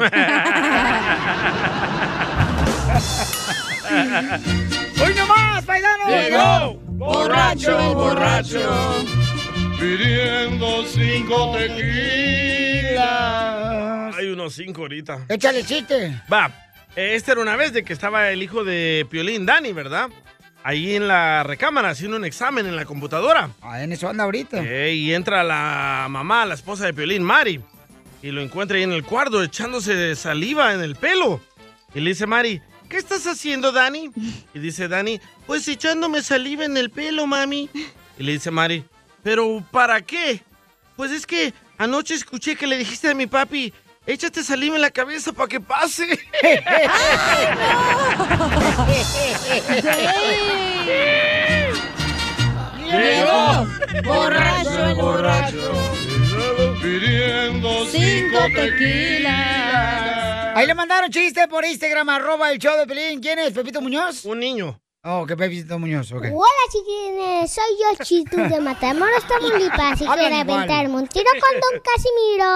S1: ¡Hoy nomás, paisanos!
S9: Llegó borracho,
S1: borracho.
S9: Pidiendo cinco tequilas.
S3: Hay unos cinco ahorita.
S1: Échale chiste.
S3: Va, eh, esta era una vez de que estaba el hijo de Piolín, Dani, ¿verdad? Ahí en la recámara haciendo un examen en la computadora.
S1: Ah, en eso anda ahorita.
S3: y entra la mamá, la esposa de Piolín, Mari, y lo encuentra ahí en el cuarto echándose saliva en el pelo. Y le dice Mari, ¿qué estás haciendo, Dani? Y dice Dani, pues echándome saliva en el pelo, mami. Y le dice Mari, ¿pero para qué? Pues es que anoche escuché que le dijiste a mi papi, échate saliva en la cabeza para que pase.
S9: Llegó borracho el borracho pidiendo cinco tequilas.
S1: Ahí le mandaron chiste por Instagram, arroba el show de Pelín. ¿Quién es? ¿Pepito Muñoz?
S3: Un niño.
S1: Oh, que Pepito Muñoz, ok.
S19: Hola chiquines, soy yo Chitu de Matamoros, Tamaulipas y
S1: Hablan
S19: quiero
S1: igual.
S19: aventarme un tiro con Don Casimiro.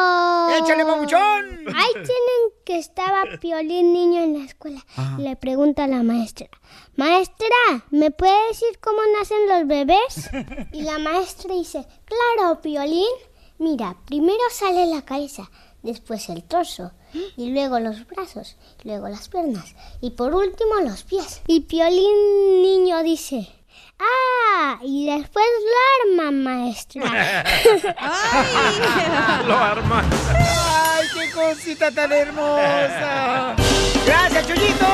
S1: ¡Échale, babuchón!
S19: Ahí tienen que estaba Piolín niño en la escuela. Le pregunta a la maestra, maestra, ¿me puede decir cómo nacen los bebés? Y la maestra dice, claro Piolín, mira, primero sale la cabeza, después el torso. Y luego los brazos, y luego las piernas, y por último los pies. Y Piolín niño dice, Ah, y después lo arma, maestra.
S9: Lo arma.
S1: ¡Ay, qué cosita tan hermosa! ¡Gracias, Chuyito!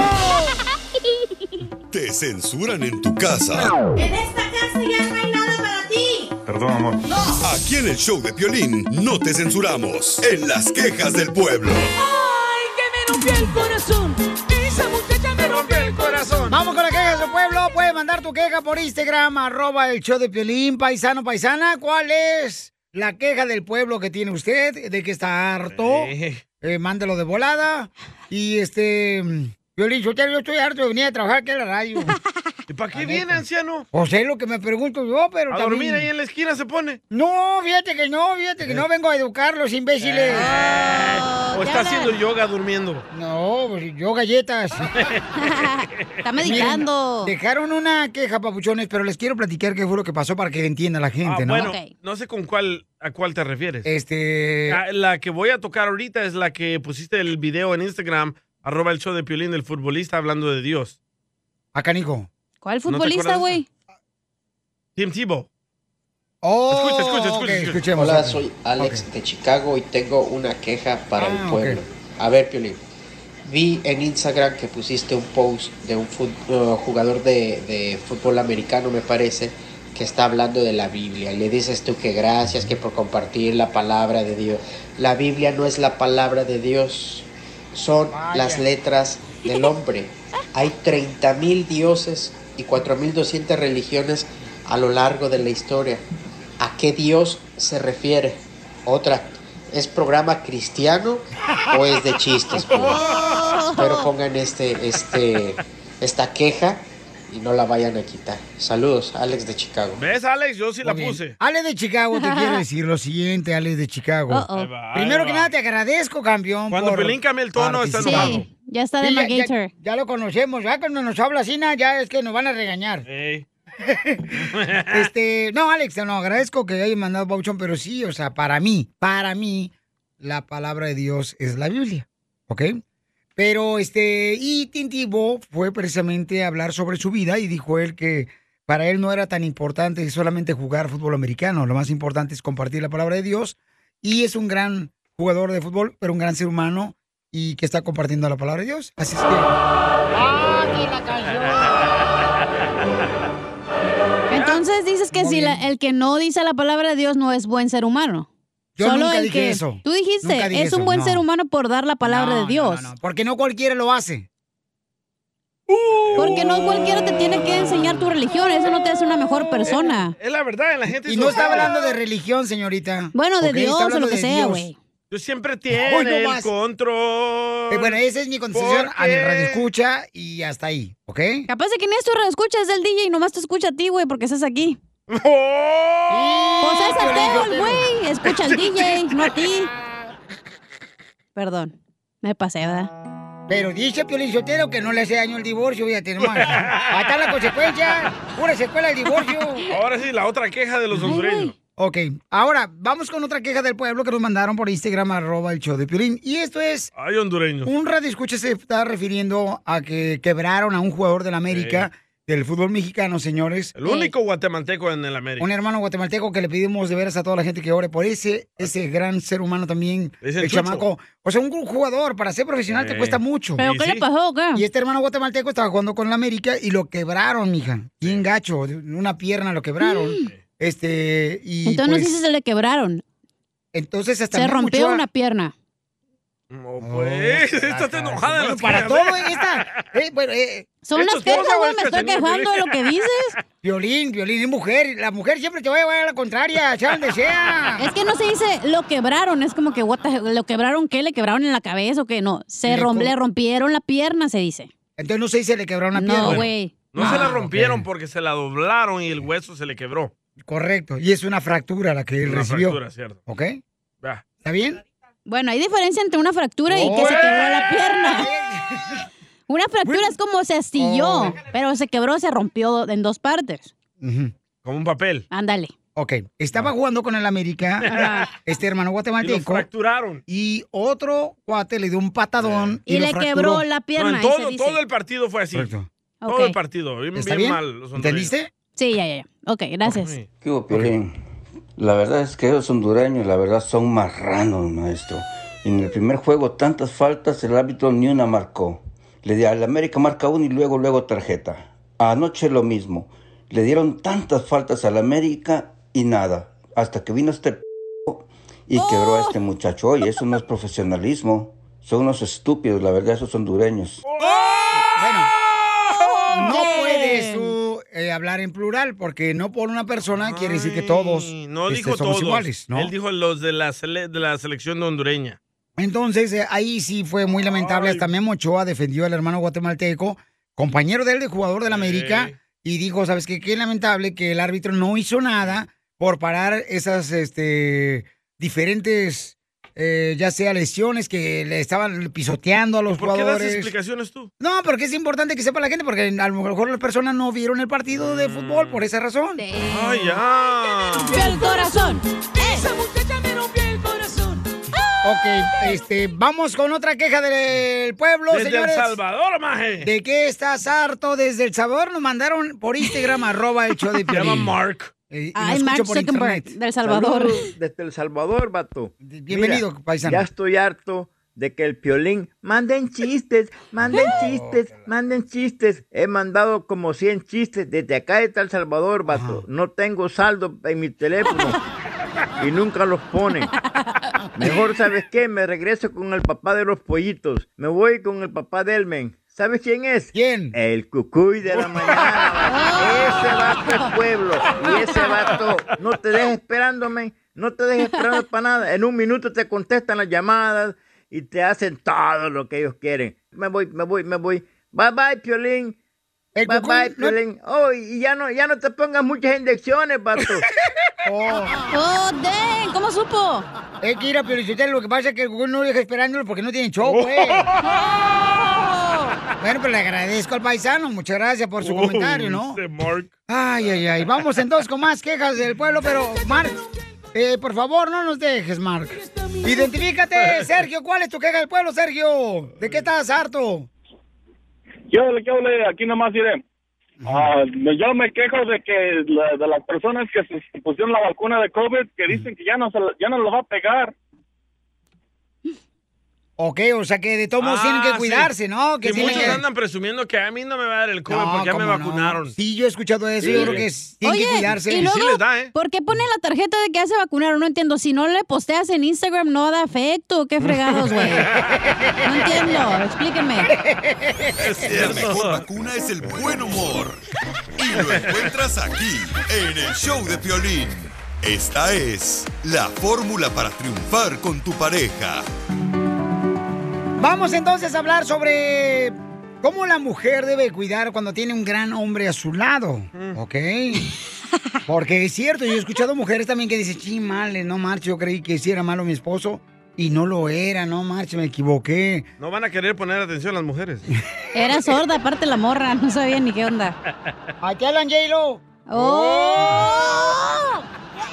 S5: Te censuran en tu casa.
S9: esta casa ya no hay nada para ti.
S5: Perdón, amor. Aquí en el show de Piolín no te censuramos. En las quejas del pueblo.
S9: Ay, que me rompió el corazón. Esa muchacha me rompió el corazón.
S1: Vamos con la queja de su pueblo. Puedes mandar tu queja por Instagram, arroba el show de Piolín, paisano, paisana. ¿Cuál es la queja del pueblo que tiene usted? ¿De que está harto? Eh, mándalo de volada. Y este... Piolín, yo, yo estoy harto de venir a trabajar aquí a la radio.
S3: ¿Y para qué viene, anciano?
S1: O sea, es lo que me pregunto yo, pero
S3: A
S1: también...
S3: dormir ahí en la esquina se pone. Eh.
S1: No, fíjate que no, fíjate que no vengo a educarlos, imbéciles.
S3: Ah. ¿O está haciendo yoga durmiendo?
S1: No, pues, yo galletas.
S2: Está meditando.
S1: Miren, dejaron una queja, papuchones, pero les quiero platicar qué fue lo que pasó para que entienda la gente,
S3: Ah,
S1: ¿no?
S3: bueno, no sé con cuál a cuál te refieres.
S1: Este.
S3: La, que voy a tocar ahorita es la que pusiste el video en Instagram, arroba el show de Piolín del futbolista hablando de Dios.
S1: Acá, Nico.
S2: ¿Cuál
S3: ¿No te
S2: futbolista,
S3: acuerdas?
S2: güey?
S3: Tim Tebow.
S1: Oh,
S3: Escucha, escucha, escucha, escucha.
S1: escuchemos.
S20: Hola, soy Alex de Chicago y tengo una queja para
S1: Ah,
S20: el pueblo. A ver, Piolín, vi en Instagram que pusiste un post de un fut- eh, jugador de, de fútbol americano, me parece, que está hablando de la Biblia. Y le dices tú que gracias, que por compartir la palabra de Dios. La Biblia no es la palabra de Dios, son
S21: Vaya.
S20: las letras del hombre. Hay 30.000 dioses y 4.200 religiones a lo largo de la historia. ¿A qué Dios se refiere? Otra, ¿es programa cristiano o es de chistes? pues? Espero pongan este, este, esta queja y no la vayan a quitar. Saludos, Alex de Chicago.
S3: ¿Ves, Alex? Yo sí la puse.
S1: Ale de Chicago, te quiero decir lo siguiente, Ale de Chicago.
S3: Uh-oh. Ahí va, ahí
S1: Primero
S3: va.
S1: que nada, te agradezco, campeón.
S3: Cuando
S1: por
S3: Pelín cambia el tono, está
S1: participar.
S3: enojado. Sí,
S2: ya está de
S1: ya-
S2: MacGyver.
S1: Ya, ya lo conocemos. Ya cuando nos habla así, na, ya es que nos van a regañar. Este, no, Alex, no, agradezco que hayas mandado Bauchón, pero sí, o sea, para mí, para mí, la palabra de Dios es la Biblia, ¿ok? Pero, este, y Tintivo fue precisamente a hablar sobre su vida y dijo él que para él no era tan importante solamente jugar fútbol americano, lo más importante es compartir la palabra de Dios y es un gran jugador de fútbol, pero un gran ser humano y que está compartiendo la palabra de Dios. Así es
S2: Entonces dices que si la- el que no dice la palabra de Dios no es buen ser humano.
S1: Yo
S2: Solo
S1: nunca
S2: el
S1: dije
S2: que
S1: eso.
S2: tú dijiste
S1: Nunca dije
S2: es un
S1: eso,
S2: buen
S1: no.
S2: ser humano por dar la palabra de Dios.
S1: no, porque no cualquiera lo hace.
S2: Porque no cualquiera te tiene que enseñar tu religión, eso no te hace una mejor persona.
S3: Es la verdad, la gente...
S1: Y
S3: es
S1: no está
S3: loca.
S1: hablando de religión, señorita.
S2: Bueno, de
S1: ¿Ok?
S2: Dios
S1: Está
S2: o
S1: hablando
S2: lo que
S1: de
S2: sea,
S1: Dios.
S2: güey.
S3: Yo siempre tiene
S1: Hoy no
S3: el
S1: vas.
S3: control.
S1: Eh, bueno, esa es mi concesión a mi
S3: Porque-
S1: radio escucha y ¿eh? hasta ahí, ¿ok?
S2: Capaz de que ni esto escucha, es del DJ y nomás te escucha a ti, güey, porque estás aquí.
S3: pues
S1: ¡Oh!
S2: es ateo el güey, escucha al DJ, no a ti. Perdón, me pasé, ¿verdad?
S1: Pero dice Piolín Sotero que no le hace daño el divorcio, fíjate nomás. Ahí está la consecuencia, pura secuela del divorcio.
S3: Ahora sí, la otra queja de los hondureños.
S1: Ok, ahora vamos con otra queja del pueblo que nos mandaron por Instagram, arroba el show de Piolín. Y esto es...
S3: Ay, hondureño.
S1: Un radio escucha se está refiriendo a que quebraron a un jugador del América, del fútbol mexicano, señores.
S3: El único guatemalteco en el América.
S1: Un hermano guatemalteco que le pedimos de veras a toda la gente que ore por ese, ese gran ser humano también,
S3: Dicen
S1: el
S3: Chucho.
S1: chamaco. O sea, un jugador, para ser profesional
S3: Eh.
S1: te cuesta mucho.
S3: ¿Pero Y qué le sí.
S2: pasó
S1: Y este hermano guatemalteco estaba jugando con la América y lo quebraron, mija. Bien gacho, una pierna lo quebraron. Este, y
S2: Entonces no sé
S1: pues,
S2: si se le quebraron.
S1: entonces hasta
S2: se
S1: me
S2: rompió
S1: escuchó a-
S2: una pierna.
S1: Oh,
S3: Pues, estás enojada.
S1: Bueno,
S3: las
S1: para
S3: quejas.
S1: todo esta. eh, bueno, eh,
S2: Son
S1: ¿es tu
S2: las quejas,
S1: esposa o
S2: güey,
S1: es
S2: me
S1: tu
S2: estoy
S1: señora?
S2: quejando de lo que dices.
S1: Violín, violín, es mujer. La mujer siempre te va a llevar a la contraria, sea donde sea.
S2: Es que no se dice lo quebraron, es como que what the- lo quebraron qué, le quebraron en la cabeza o qué, no. Se
S1: Le
S2: rom-
S1: co-
S2: le rompieron la pierna, se dice.
S1: Entonces no se dice le quebraron
S2: la No,
S3: pierna.
S2: güey.
S3: No se
S1: Ah,
S3: la rompieron porque se la doblaron y el hueso se le quebró.
S1: Correcto. Y es una fractura la que él
S3: Una
S1: recibió.
S3: fractura, cierto.
S1: ¿Ok?
S3: Va.
S1: ¿Está bien?
S2: Bueno, hay diferencia entre una fractura y que se quebró la pierna. Una fractura es como se astilló,
S1: Oh.
S2: pero se quebró, se rompió en dos partes.
S3: Como un papel.
S2: Ándale.
S1: Ok. Estaba jugando con el América,
S2: Ajá.
S1: este hermano
S3: Y
S1: guatemalteco.
S3: lo fracturaron.
S1: Y otro cuate le dio un patadón.
S2: Y le quebró la pierna,
S3: No, en
S2: ahí se
S3: todo,
S2: dice.
S3: todo el partido fue así. Todo
S2: Ok.
S3: el partido. Bien,
S2: ¿Está
S3: bien
S2: bien?
S3: mal. los hondureños.
S2: Sí, ya, ya, ya. Ok, gracias.
S21: ¿Qué hubo, Piolín? La verdad es que esos hondureños, la verdad, son marranos, maestro. En el primer juego, tantas faltas, el árbitro ni una marcó. Le di al América marca uno y luego, luego tarjeta. Anoche lo mismo. Le dieron tantas faltas al América y nada. Hasta que vino este p y
S3: ¡Oh!
S21: quebró a este muchacho. Oye, eso no es profesionalismo. Son unos estúpidos, la verdad, esos hondureños.
S3: ¡Oh!
S1: No puede su, eh, hablar en plural porque no por una persona quiere decir que todos
S3: No
S1: este,
S3: dijo
S1: somos
S3: todos.
S1: iguales, ¿no?
S3: Él dijo los de la, sele- de la selección de hondureña.
S1: Entonces, eh, ahí sí fue muy lamentable. Hasta Memo Ochoa defendió al hermano guatemalteco, compañero de él, de jugador del América, y dijo, ¿sabes qué? Qué lamentable que el árbitro no hizo nada por parar esas este, diferentes, eh, ya sea lesiones que le estaban pisoteando a los
S3: ¿Por qué das
S1: jugadores.
S3: explicaciones tú?
S1: No, porque es importante que sepa la gente, porque a lo mejor las personas no vieron el partido de fútbol por esa razón.
S3: Ay, ya.
S9: el corazón. Esa muchacha me rompió el corazón.
S1: Ok, este, vamos con otra queja del pueblo,
S3: Desde El
S1: señores.
S3: Salvador, maje.
S1: ¿De qué estás harto? Desde El Salvador nos mandaron por Instagram, arroba el show de
S3: Se llama
S1: Piolín.
S3: Mark.
S1: Eh, y nos
S2: Ay,
S1: escucha
S2: Mark
S1: por
S2: Zuckerberg,
S1: internet.
S2: del Salvador.
S15: Saludos desde El Salvador, vato.
S1: bienvenido, paisano.
S15: Ya estoy harto de que el piolín manden chistes, manden
S1: Oh,
S15: chistes, manden chistes. He mandado como 100 chistes desde acá de El Salvador, vato. No tengo saldo en mi teléfono y nunca los ponen. Mejor, ¿sabes qué? Me regreso con el papá de los pollitos. Me voy con el papá de Elmen. ¿Sabes quién es?
S1: ¿Quién?
S15: El cucuy de la mañana. vato. Ese vato es pueblo. Y ese vato, no te dejes esperándome. No te dejes esperando para nada. En un minuto te contestan las llamadas y te hacen todo lo que ellos quieren. Me voy, me voy, me voy. Bye bye, Piolín. bye
S9: cucuy
S15: bye,
S9: no-
S15: Piolín. Oh, y ya no, ya no te pongas muchas inyecciones, vato.
S1: Oh,
S2: den, ¿cómo supo?
S1: Es que ir a Piolichotel, lo que pasa es que el Google no deja esperándolo porque no tiene show,
S3: Oh.
S1: güey. Bueno, pues le agradezco al paisano, muchas gracias por su
S3: Oh,
S1: comentario, ¿no?
S3: dice Mark.
S1: Ay, ay, ay. Vamos entonces con más quejas del pueblo, pero Mark, eh, por favor, no nos dejes, Mark. Identifícate, Sergio, ¿cuál es tu queja del pueblo, Sergio? ¿De qué estás harto?
S17: Yo le quiero leer, aquí nomás diré. Ah, yo me quejo de que la- de las personas que se pusieron la vacuna de COVID que dicen que ya no se, la- ya no los va a pegar.
S1: Ok, o sea que de todos modos pues, tienen que cuidarse, ¿no? Que
S3: Ah, Que
S1: tienen
S3: muchos
S1: que-
S3: andan presumiendo que a mí no me va a dar el COVID
S1: No,
S3: porque ya me
S1: cómo no.
S3: vacunaron.
S1: Sí, yo he escuchado eso, yo creo que es- tienen
S2: Oye,
S1: que cuidarse.
S2: y luego,
S1: ¿eh?
S2: ¿por qué ponen la tarjeta de que hace vacunar? No entiendo. Si no le posteas en Instagram, no da efecto. Qué fregados, güey. No entiendo. Explíquenme.
S5: La mejor vacuna es el buen humor. Y lo encuentras aquí, en el show de Piolín. Esta es la fórmula para triunfar con tu pareja.
S1: Vamos entonces a hablar sobre cómo la mujer debe cuidar cuando tiene un gran hombre a su lado, ¿ok? Porque es cierto, yo he escuchado mujeres también que dicen, sí, male, no marche, yo creí que sí era malo mi esposo y no lo era, no marche, me equivoqué.
S3: No van a querer poner atención las mujeres.
S2: Era sorda, aparte la morra. No sabía ni qué onda.
S1: Oh. Aquí hablan, j
S2: ¡Oh!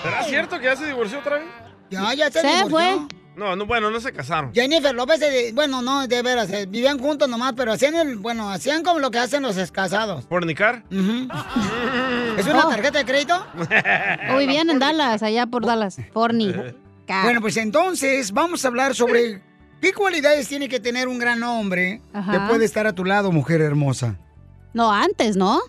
S3: ¿Será cierto que ya se divorció otra vez?
S1: Ya, ya se Se divorció. fue.
S3: No, no, bueno, no se casaron.
S1: Jennifer López, eh, bueno, no, de veras, eh, vivían juntos nomás, pero hacían el, bueno, hacían como lo que hacen los escasados.
S3: ¿Fornicar?
S1: ¿Es una tarjeta de crédito?
S2: O vivían en Dallas, allá por Dallas. Forni. Ca-
S1: Bueno, pues entonces vamos a hablar sobre qué cualidades tiene que tener un gran hombre
S2: Ajá.
S1: que puede estar a tu lado, mujer hermosa.
S2: No, antes, ¿no?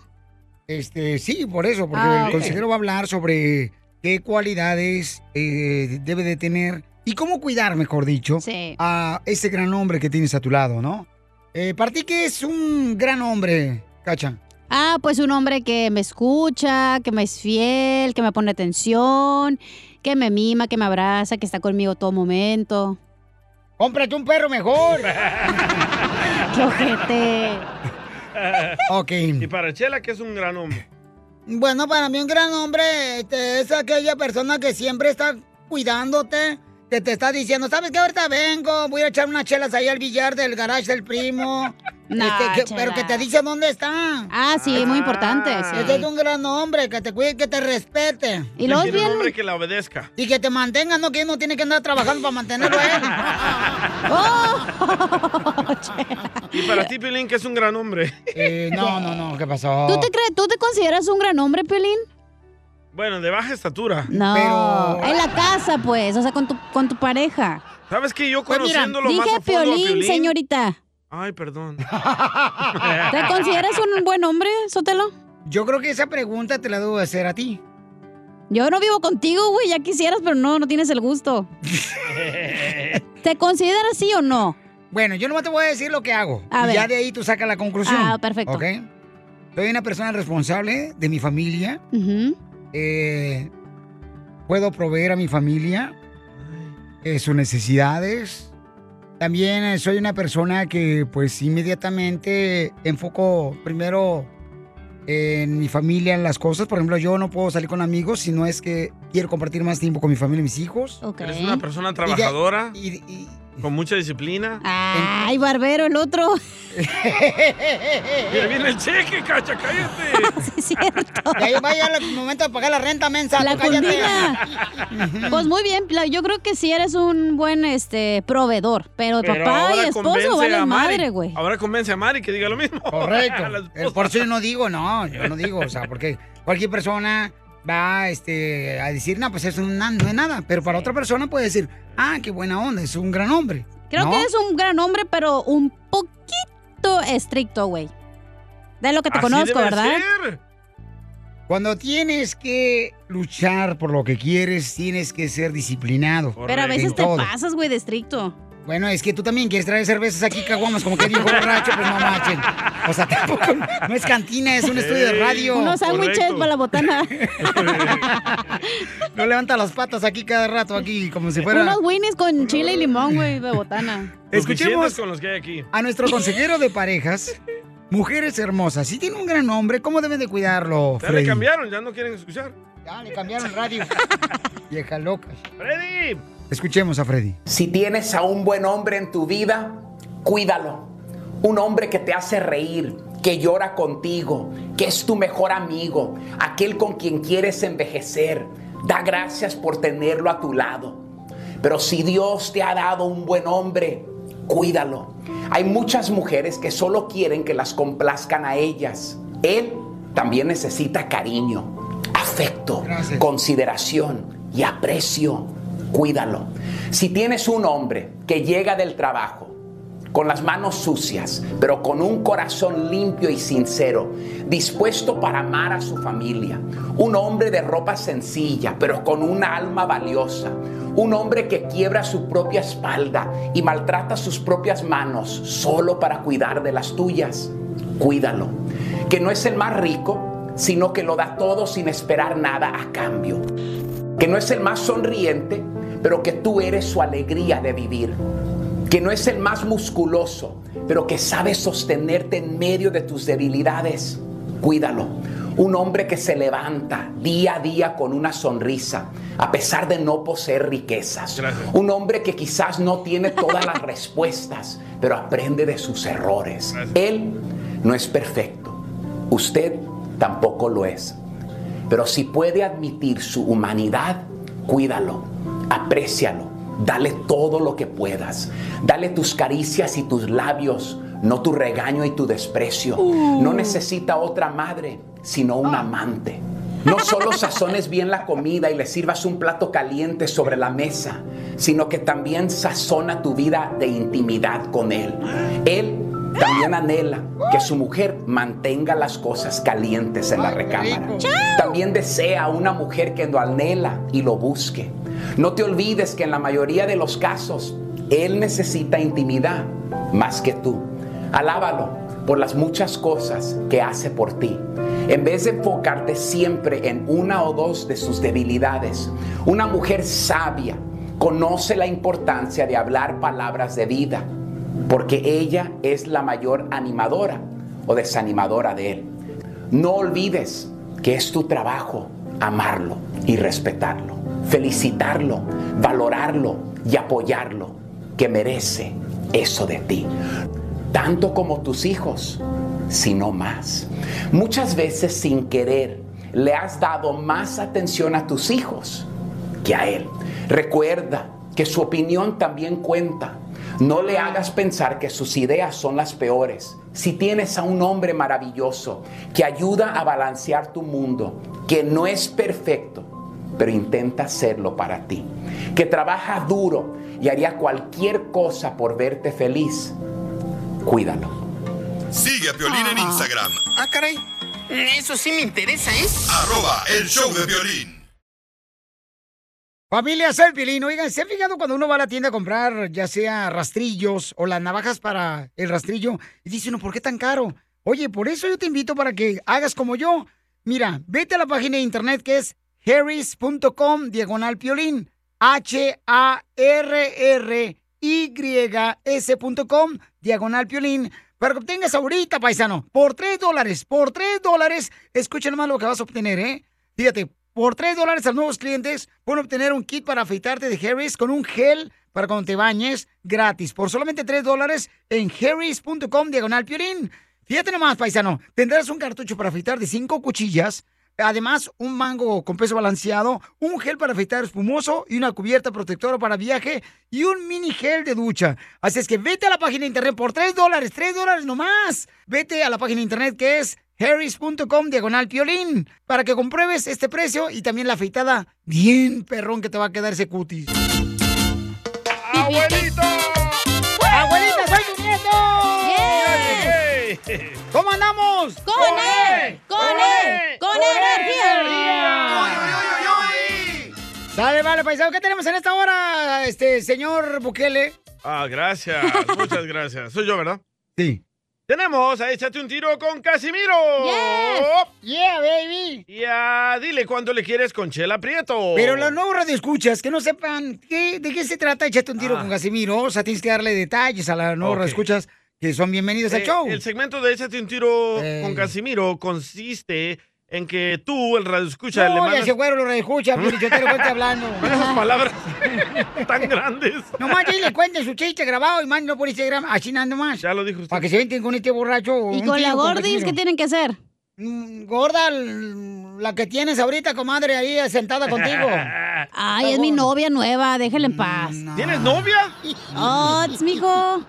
S1: Este, sí, por eso, porque
S2: Ah,
S1: el
S2: ok.
S1: consejero va a hablar sobre qué cualidades eh, debe de tener y cómo cuidar, mejor dicho, a ese gran hombre que tienes a tu lado, ¿no? Eh, ¿Para ti qué es un gran hombre, Cacha?
S2: Ah, pues un hombre que me escucha, que me es fiel, que me pone atención, que me mima, que me abraza, que está conmigo todo momento.
S1: ¡Cómprate un perro mejor!
S2: ¡Qué ojete!
S1: ok.
S3: Y para Chela, que es un gran hombre.
S1: Bueno, para mí un gran hombre este, es aquella persona que siempre está cuidándote, que te está diciendo, ¿sabes qué? Ahorita vengo, voy a echar unas chelas ahí al billar del garage del primo.
S2: No,
S1: Este, que-
S2: chela.
S1: pero que te dice dónde está.
S2: Ah, sí, muy importante, sí.
S1: Este es un gran hombre, que te cuide, que te respete.
S3: Yo quiero un hombre que la obedezca.
S1: Y que te mantenga, ¿no? Que uno tiene que andar trabajando para mantenerlo ¿eh? a él.
S2: Oh,
S3: Y para ti, Pilín, que es un gran hombre.
S1: Eh, no, no, no, ¿qué pasó?
S2: ¿Tú te crees, tú te consideras un gran hombre, Pelín?
S3: Bueno, de baja estatura.
S2: No. En la casa, pues, o sea, con tu, con tu pareja.
S3: ¿Sabes qué? Yo
S2: Pues mira,
S3: conociéndolo
S2: dije
S3: más a fondo a
S2: Piolín,
S3: Piolín-
S2: señorita.
S3: Ay, perdón.
S2: ¿Te consideras un buen hombre, Sotelo?
S1: Yo creo que esa pregunta te la debo hacer a ti.
S2: Yo no vivo contigo, güey, ya quisieras, pero no, no tienes el gusto. ¿Te consideras sí o no?
S1: Bueno, yo nomás te voy a decir lo que hago.
S2: A
S1: y
S2: ver.
S1: ya de ahí tú sacas la conclusión.
S2: Ah, perfecto.
S1: ¿Ok? Soy una persona responsable de mi familia. Eh, puedo proveer a mi familia eh, sus necesidades. También eh, soy una persona que pues inmediatamente enfoco primero en mi familia, en las cosas. Por ejemplo, yo no puedo salir con amigos si no es que quiero compartir más tiempo con mi familia y mis hijos.
S2: Oh.
S3: Eres una persona trabajadora. Con mucha disciplina.
S2: Ay, barbero, el otro.
S3: Mira, viene el cheque, cacha, cállate.
S1: Y ahí va a llegar el momento de pagar la renta mensa.
S2: La
S1: tú cállate.
S2: cundina. Pues muy bien, la- yo creo que sí eres un buen este proveedor, pero,
S3: Pero
S2: papá y
S3: ahora
S2: esposo
S3: convence
S2: valen
S3: a Mari.
S2: madre, güey.
S3: Ahora convence a Mari que diga lo mismo.
S1: Correcto.
S3: A la
S1: Eh, Por eso yo no digo, no, yo no digo, o sea, porque cualquier persona va este, a decir, no, pues eso no, no es nada, pero para otra persona puede decir, ah, qué buena onda, es un gran hombre.
S2: Creo
S1: ¿No?
S2: que eres un gran hombre, pero un poquito estricto, güey. De lo que te
S1: Así
S2: conozco,
S1: debe
S2: ¿verdad?
S3: ser.
S1: Cuando tienes que luchar por lo que quieres, tienes que ser disciplinado.
S2: Pero a veces
S1: En
S2: te
S1: todo.
S2: pasas, güey, de estricto.
S1: Bueno, es que tú también quieres traer cervezas aquí, caguamas, como que dijo borracho, pues no machen. O sea, tampoco, no es cantina, es un estudio de radio.
S2: Unos sándwiches para la botana.
S1: No levanta las patas aquí cada rato, aquí, como si fuera...
S2: Unos winnies con chile
S3: eh.
S2: y limón, güey, de botana.
S1: Escuchemos Ah,
S3: Escuchemos con los que hay aquí.
S1: a nuestro consejero de parejas, mujeres hermosas. Si tiene un gran hombre, ¿cómo deben de cuidarlo,
S3: Ya le
S1: Freddy?
S3: cambiaron, ya no quieren escuchar.
S1: Ya le cambiaron radio. Vieja loca.
S3: ¡Freddy!
S1: Escuchemos a Freddy.
S4: Si tienes a un buen hombre en tu vida, cuídalo. Un hombre que te hace reír, que llora contigo, que es tu mejor amigo, aquel con quien quieres envejecer. Da gracias por tenerlo a tu lado. Pero si Dios te ha dado un buen hombre, cuídalo. Hay muchas mujeres que solo quieren que las complazcan a ellas. Él también necesita cariño, afecto, consideración y aprecio. Cuídalo. Si tienes un hombre que llega del trabajo, con las manos sucias, pero con un corazón limpio y sincero, dispuesto para amar a su familia. Un hombre de ropa sencilla, pero con una alma valiosa. Un hombre que quiebra su propia espalda y maltrata sus propias manos solo para cuidar de las tuyas. Cuídalo. Que no es el más rico, sino que lo da todo sin esperar nada a cambio que no es el más sonriente, pero que tú eres su alegría de vivir, que no es el más musculoso, pero que sabe sostenerte en medio de tus debilidades. Cuídalo. Un hombre que se levanta día a día con una sonrisa, a pesar de no poseer riquezas. Un hombre que quizás no tiene todas las respuestas, pero aprende de sus errores. Él no es perfecto. Usted tampoco lo es. Pero si puede admitir su humanidad, cuídalo, aprécialo, dale todo lo que puedas. Dale tus caricias y tus labios, no tu regaño y tu desprecio.
S7: Uh.
S4: No necesita otra madre, sino un amante. No solo sazones bien la comida y le sirvas un plato caliente sobre la mesa, sino que también sazona tu vida de intimidad con él. Él también anhela que su mujer mantenga las cosas calientes en la recámara. También desea una mujer que lo anhela y lo busque. No te olvides que en la mayoría de los casos, él necesita intimidad más que tú. Alábalo por las muchas cosas que hace por ti. En vez de enfocarte siempre en una o dos de sus debilidades, una mujer sabia conoce la importancia de hablar palabras de vida, porque ella es la mayor animadora o desanimadora de él. No olvides que es tu trabajo amarlo y respetarlo, felicitarlo, valorarlo y apoyarlo, que merece eso de ti tanto como tus hijos, sino más. Muchas veces sin querer le has dado más atención a tus hijos que a él. Recuerda que su opinión también cuenta. No le hagas pensar que sus ideas son las peores. Si tienes a un hombre maravilloso que ayuda a balancear tu mundo, que no es perfecto, pero intenta hacerlo para ti, que trabaja duro y haría cualquier cosa por verte feliz, cuídalo.
S5: Sigue a Piolín en Instagram,
S8: Ah, caray. Eso sí me interesa, ¿eh? ¿es?
S5: arroba el show de violín.
S1: Familia Serpilín, oigan, ¿se han fijado cuando uno va a la tienda a comprar ya sea rastrillos o las navajas para el rastrillo? Y dice uno, ¿por qué tan caro? Oye, por eso yo te invito para que hagas como yo. Mira, vete a la página de internet que es harris.com diagonal piolín. H-A-R-R-Y-S.com diagonal piolín. Para que obtengas ahorita, paisano, por 3 dólares, por 3 dólares, escucha nomás lo que vas a obtener, ¿eh? Fíjate, por 3 dólares a los nuevos clientes pueden obtener un kit para afeitarte de Harris con un gel para cuando te bañes gratis. Por solamente 3 dólares en harris.com diagonal piorín. Fíjate nomás, paisano. Tendrás un cartucho para afeitar de 5 cuchillas. Además, un mango con peso balanceado, un gel para afeitar espumoso y una cubierta protectora para viaje y un mini gel de ducha. Así es que vete a la página de internet por 3 dólares, 3 dólares nomás. Vete a la página de internet que es harris.com diagonal piolín para que compruebes este precio y también la afeitada bien perrón que te va a quedar ese cutis.
S9: ¡Abuelito!
S1: ¡Abuelita, soy tu nieto! ¿Cómo andamos?
S9: ¡Con él! ¡Con él! ¡Con energía!
S1: Dale, vale, paisano. ¿Qué tenemos en esta hora, este señor Bukele?
S3: Ah, gracias. Muchas gracias. Soy yo, ¿verdad?
S1: Sí.
S3: Tenemos a Échate un tiro con Casimiro.
S1: Yeah, baby.
S3: Y a Dile cuánto le quieres con Chela Prieto.
S1: Pero los nuevos radioescuchas que no sepan qué- de qué se trata, échate un tiro con Casimiro. O sea, tienes que darle detalles a las nuevas
S3: Ah. Ok.
S1: radioescuchas que son bienvenidos al
S3: Eh,
S1: show.
S3: El segmento de Échate un tiro con Casimiro consiste en que tú, el radio escucha, le
S1: no, ya
S3: mandas
S1: se fueron los radioescuchas, pero yo te lo cuento hablando.
S3: esas palabras tan grandes.
S1: Nomás ya le cuenten su chiste grabado y mándenlo por Instagram, así nada más. Ya
S3: lo dijo usted.
S1: Para que se venten con este borracho.
S2: ¿Y con la gordis qué tienen que hacer?
S1: Mm, Gorda, l- la que tienes ahorita, comadre, ahí sentada contigo. Mm,
S2: Ay, es mi novia nueva, déjela en paz.
S3: ¿Tienes novia?
S2: Ots, mijo.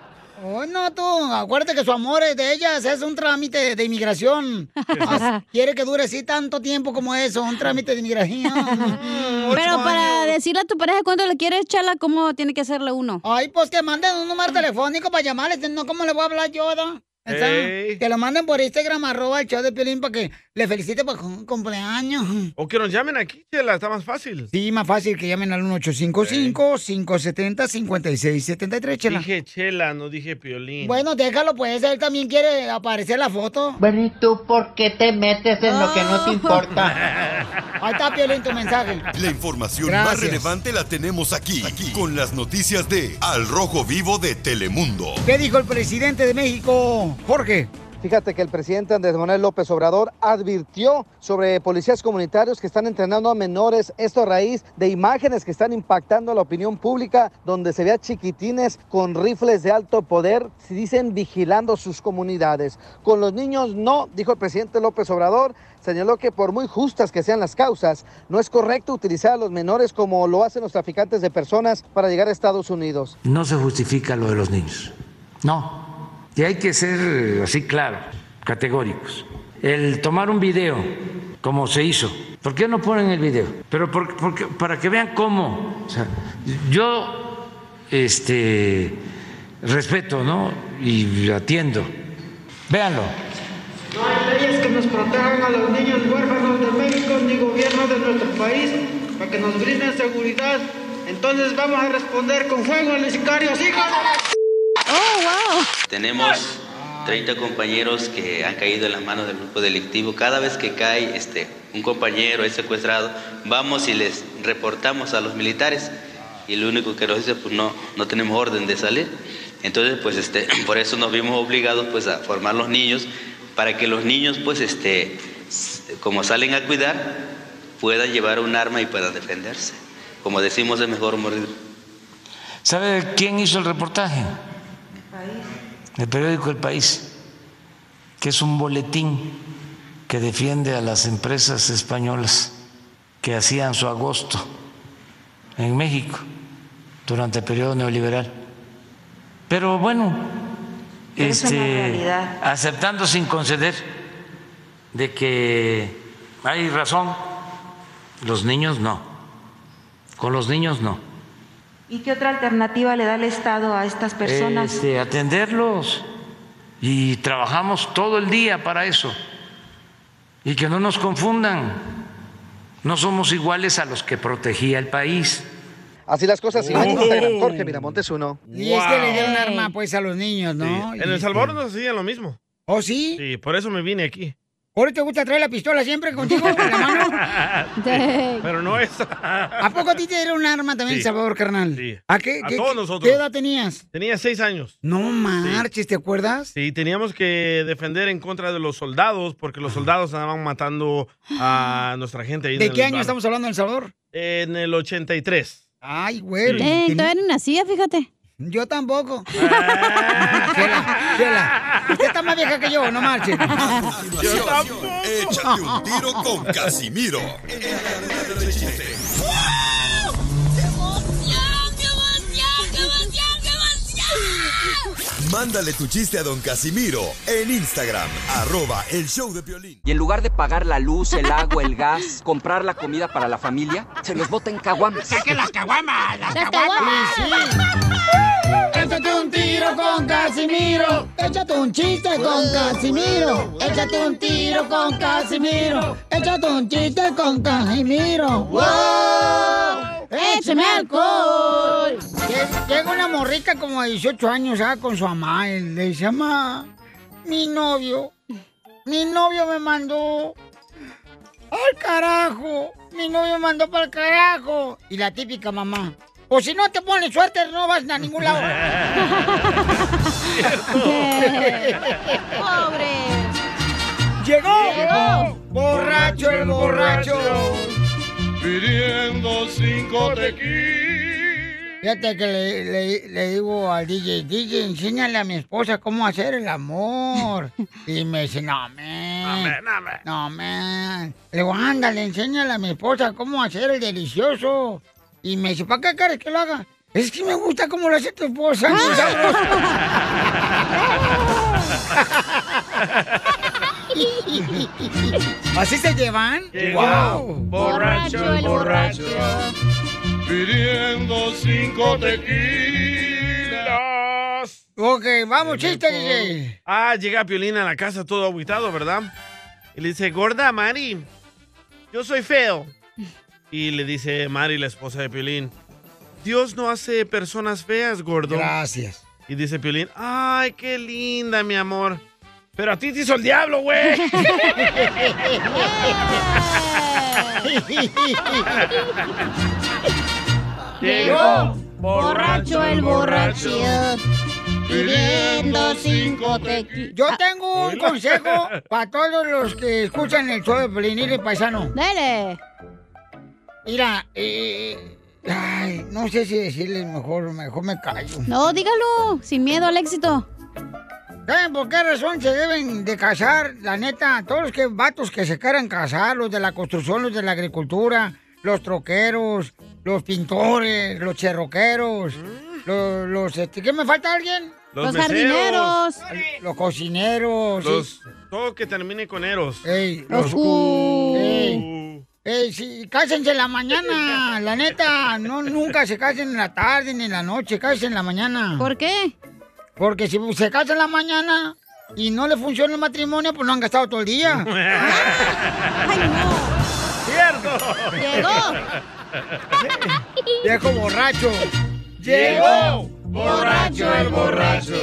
S1: Oh, no, tú, acuérdate que su amor es de ellas, es un trámite de, de inmigración. As- Quiere que dure así tanto tiempo como eso, un trámite de inmigración.
S2: Pero para decirle a tu pareja cuánto le quieres, chala, ¿cómo tiene que hacerle uno?
S1: Ay, pues que manden un número telefónico para llamarles, no, ¿cómo le voy a hablar yo, da? Está-
S3: Ey.
S1: Que lo manden por Instagram, arroba el show de Piolín, para que le felicite por cu- cumpleaños.
S3: O que nos llamen aquí, Chela, está más fácil.
S1: Sí, más fácil que llamen al 1855-570-5673, chela.
S3: Dije Chela, no dije Piolín.
S1: Bueno, déjalo, pues, él también quiere aparecer la foto. Ah.
S13: Bueno, ¿y tú por qué te metes en lo que no te
S5: importa?
S1: Ahí está, Piolín, tu mensaje.
S5: La información más
S1: Gracias.
S5: relevante la tenemos aquí, aquí, con las noticias de Al Rojo Vivo de Telemundo.
S1: ¿Qué dijo el presidente de México, Jorge?
S6: Fíjate que el presidente Andrés Manuel López Obrador advirtió sobre policías comunitarios que están entrenando a menores, esto a raíz de imágenes que están impactando a la opinión pública, donde se ve a chiquitines con rifles de alto poder, si dicen vigilando sus comunidades. Con los niños no, dijo el presidente López Obrador, señaló que por muy justas que sean las causas, no es correcto utilizar a los menores como lo hacen los traficantes de personas para llegar a Estados Unidos.
S22: No se justifica lo de los niños. No. Y hay que ser eh, así claro, categóricos. El tomar un video, como se hizo. ¿Por qué no ponen el video? Pero por- porque- para que vean cómo. O sea, yo este, respeto, ¿no? Y atiendo. Véanlo.
S8: No hay leyes que nos protejan a los niños huérfanos de México ni gobierno de nuestro país para que nos brinden seguridad. Entonces vamos a responder con fuego a los sicarios, hijos de ¡Oh, wow!
S23: Tenemos 30 compañeros que han caído en las manos del grupo delictivo. Cada vez que cae este, un compañero es secuestrado, vamos y les reportamos a los militares y lo único que nos dice, pues no, no tenemos orden de salir. Entonces, pues este, por eso nos vimos obligados pues a formar los niños para que los niños, pues este, s- como salen a cuidar, puedan llevar un arma y puedan defenderse. Como decimos, es mejor morir
S22: ¿Sabe quién hizo el reportaje? El periódico El País, que es un boletín que defiende a las empresas españolas que hacían su agosto en México durante el periodo neoliberal. Pero bueno, este,
S14: Pero es una realidad.
S22: aceptando sin conceder de que hay razón, los niños no, con los niños no.
S14: ¿Y qué otra alternativa le da el Estado a estas personas?
S9: Eh,
S22: Este, atenderlos y trabajamos todo el día para eso. Y que no nos confundan. No somos iguales a los que protegía el país.
S6: Así las cosas.
S22: Oh.
S6: Sígueme en Instagram, Jorge Miramontes uno.
S1: Y es que le dieron
S3: Wow.
S1: arma, pues, a los niños, ¿no?
S3: En El Salvador nos hacían lo mismo.
S1: ¿Oh, sí?
S3: Sí, por eso me vine aquí.
S1: ¿Ahora te gusta traer la pistola siempre contigo con la mano? Dang.
S3: Pero no esa.
S1: ¿A poco a ti te dieron un arma también,
S3: Sí.
S1: en Salvador, carnal?
S3: Sí.
S1: ¿A qué,
S3: A
S1: qué-
S3: todos
S1: qué-
S3: nosotros.
S1: qué edad tenías?
S3: Tenía seis años.
S1: No marches, ¿te acuerdas?
S3: Sí, teníamos que defender en contra de los soldados porque los soldados andaban matando a nuestra gente. ahí en
S1: ¿De
S3: el
S1: qué año
S3: bar.
S1: estamos hablando en El Salvador?
S3: En el 83.
S1: Ay, güey.
S2: Eh, todavía ni nacía, fíjate.
S1: Yo tampoco. Chela, usted está más vieja que yo, no marches.
S5: Échate un tiro con Casimiro. Mándale tu chiste a don Casimiro en Instagram, arroba el show de violín.
S4: Y en lugar de pagar la luz, el agua, el gas, comprar la comida para la familia, se los bota en caguamas.
S9: caguamas!
S4: ¡Las caguamas!
S1: Échate un tiro con Casimiro. Échate un chiste con Casimiro. Échate un tiro con Casimiro. Échate un chiste con Casimiro. ¡Wow!
S9: ¡Échame alcohol!
S1: Lle- Llega una morrita como de 18 años ah, con su mamá. y Le dice, mamá, mi novio. Mi novio me mandó ¡Al carajo! Mi novio me mandó para el carajo. Y la típica mamá. O si no te pones suerte, no vas a ningún lado.
S9: ¡Pobre!
S1: Llegó,
S9: Llegó.
S1: borracho el borracho.
S9: Pidiendo cinco tequilas.
S1: Fíjate que le, le- le digo al DJ, DJ, enséñale a mi esposa cómo hacer el amor. Y me dice, no, man. No, man. Le digo, ándale, enséñale a mi esposa cómo hacer el delicioso. Y me dice, ¿para qué quieres que lo haga? Es que me gusta cómo lo hace tu esposa. mi sabroso". ¿Así se llevan? ¡Guau!
S9: Borracho el borracho. Pidiendo cinco tequilas.
S1: Ok, vamos, chiste,
S3: DJ. Ah, llega Piolín a la casa todo aguitado, ¿verdad? Y le dice, gorda, Mari, yo soy feo. Y le dice Mari, la esposa de Piolín, Dios no hace personas feas, gordo.
S1: Gracias.
S3: Y dice Piolín, ay, qué linda, mi amor. Pero a ti te hizo el diablo, güey.
S9: Llegó borracho el borracho.
S1: pidiendo cinco Yo tengo un consejo para todos los que escuchan el show de Pelín y Paisano.
S2: Dale.
S1: Mira, eh, ay, no sé si decirles mejor, mejor me callo.
S2: No, dígalo, sin miedo al éxito.
S1: ¿Saben por qué razón se deben de casar? La neta, todos los que, vatos que se quieran casar, los de la construcción, los de la agricultura, los troqueros, los pintores, los cherroqueros, los, los, este, ¿qué me falta alguien?
S3: Mm. Los Los meseros. jardineros.
S1: Los cocineros.
S3: Los-
S1: sí.
S3: Todo que termine con eros.
S1: Ey, los cu- Ey, ey, sí, cásense en la mañana, la neta, no nunca se casen en la tarde ni en la noche, cásense en la mañana.
S2: ¿Por qué?
S1: Porque si se casan en la mañana y no le funciona el matrimonio, pues no han gastado todo el día.
S3: ¡Cierto!
S1: Viejo borracho.
S9: Llegó
S1: borracho
S9: el borracho.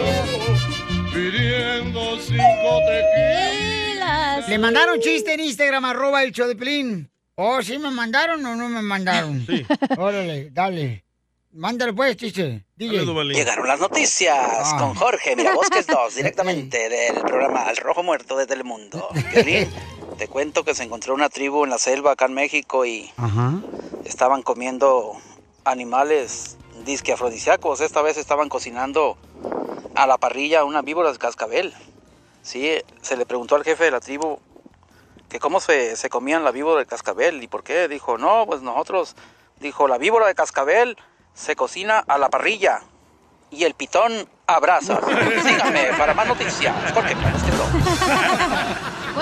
S1: Pidiendo cinco tequilas. Le mandaron chiste en Instagram, arroba el show de Pelín. Oh, ¿sí me mandaron o no me mandaron? Sí. Órale, dale. Mándale pues, chiste. DJ.
S24: Llegaron las noticias
S1: Ah.
S24: con Jorge Mirabosques 2, directamente del programa Al Rojo Muerto de Telemundo. Piolín, te cuento que se encontró una tribu en la selva acá en México y
S1: Ajá.
S24: estaban comiendo animales disque afrodisíacos. Esta vez estaban cocinando a la parrilla una víbora de cascabel. Sí, se le preguntó al jefe de la tribu que cómo se, se comían la víbora de cascabel y por qué. Dijo, no, pues nosotros, dijo, la víbora de cascabel se cocina a la parrilla y el pitón abraza. Síganme para más noticias. Jorge Mirabosques dos.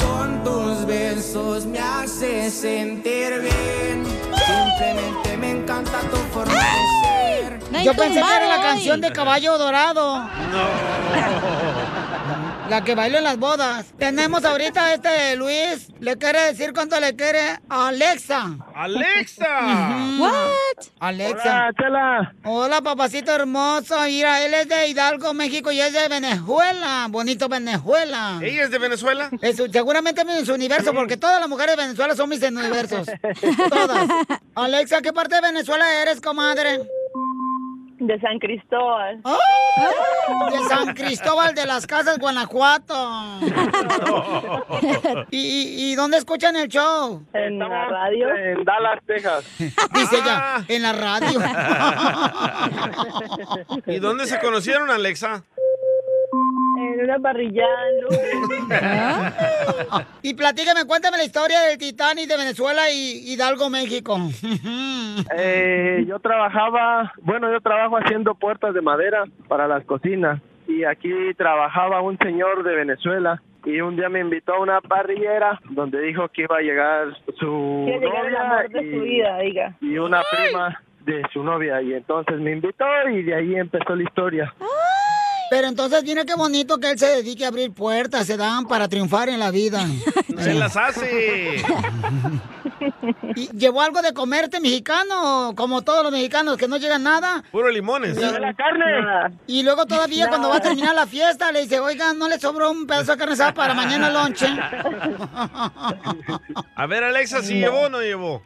S9: Con tus besos me haces sentir bien. Simplemente me encanta tu forma de ser.
S1: Yo pensé que era la canción de Caballo Dorado. La que bailó en las bodas. Tenemos ahorita este Luis. Le quiere decir cuánto le quiere a Alexa.
S9: Ah.
S3: ¡Alexa!
S1: Ujú. Alexa.
S25: Hola, Chela.
S1: Hola, papacito hermoso. Mira, él es de Hidalgo, México, y es de Venezuela. Bonito Venezuela.
S3: ¿Ella es de Venezuela?
S1: Es, su- seguramente mi universo, porque todas las mujeres de Venezuela son mis universos. todas. Alexa, ¿qué parte de Venezuela eres, comadre? De San Cristóbal. De San Cristóbal de las Casas, Guanajuato. ¿Y, y, y dónde escuchan el show? En la radio.
S25: En Dallas, Texas.
S1: Dice ella, en la radio.
S3: Ah. ¿Y dónde se conocieron, Alexa?
S1: En una parrilla, Y platícame, cuéntame la historia del Titanic de Venezuela y Hidalgo, México.
S25: Eh, yo trabajaba, bueno, yo trabajo haciendo puertas de madera para las cocinas y aquí trabajaba un señor de Venezuela y un día me invitó a una parrillera donde dijo que iba a llegar su
S26: Quiere llegar el amor
S25: novia
S26: de su vida, diga.
S25: y una prima de su novia y entonces me invitó y de ahí empezó la historia.
S1: Pero entonces, mira qué bonito que él se dedique a abrir puertas, se dan para triunfar en la vida.
S3: ¡Se las hace!
S1: ¿Y ¿Llevó algo de comerte mexicano? Como todos los mexicanos que no llegan nada.
S3: Puro limones.
S1: Y luego todavía
S3: Nada.
S1: cuando va a terminar la fiesta le dice, oiga, ¿no le sobró un pedazo de carne asada para mañana lonche?
S3: A ver, Alexa,
S26: No.
S3: si llevó o no llevó.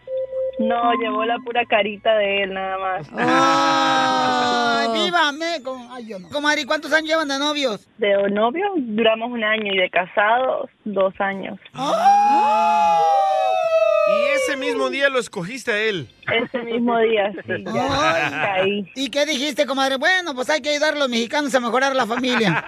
S26: No, llevó la pura carita de él nada más.
S1: ¡Ay, Ah, viva México! Ay, yo no. Comadre, ¿y ¿cuántos años llevan de novios?
S26: De novio duramos un año y de casados dos años.
S3: Y ese mismo día lo escogiste a él.
S26: Ese mismo día, sí.
S1: Ay. ¿Y qué dijiste, comadre? Bueno, pues hay que ayudar a los mexicanos a mejorar la familia.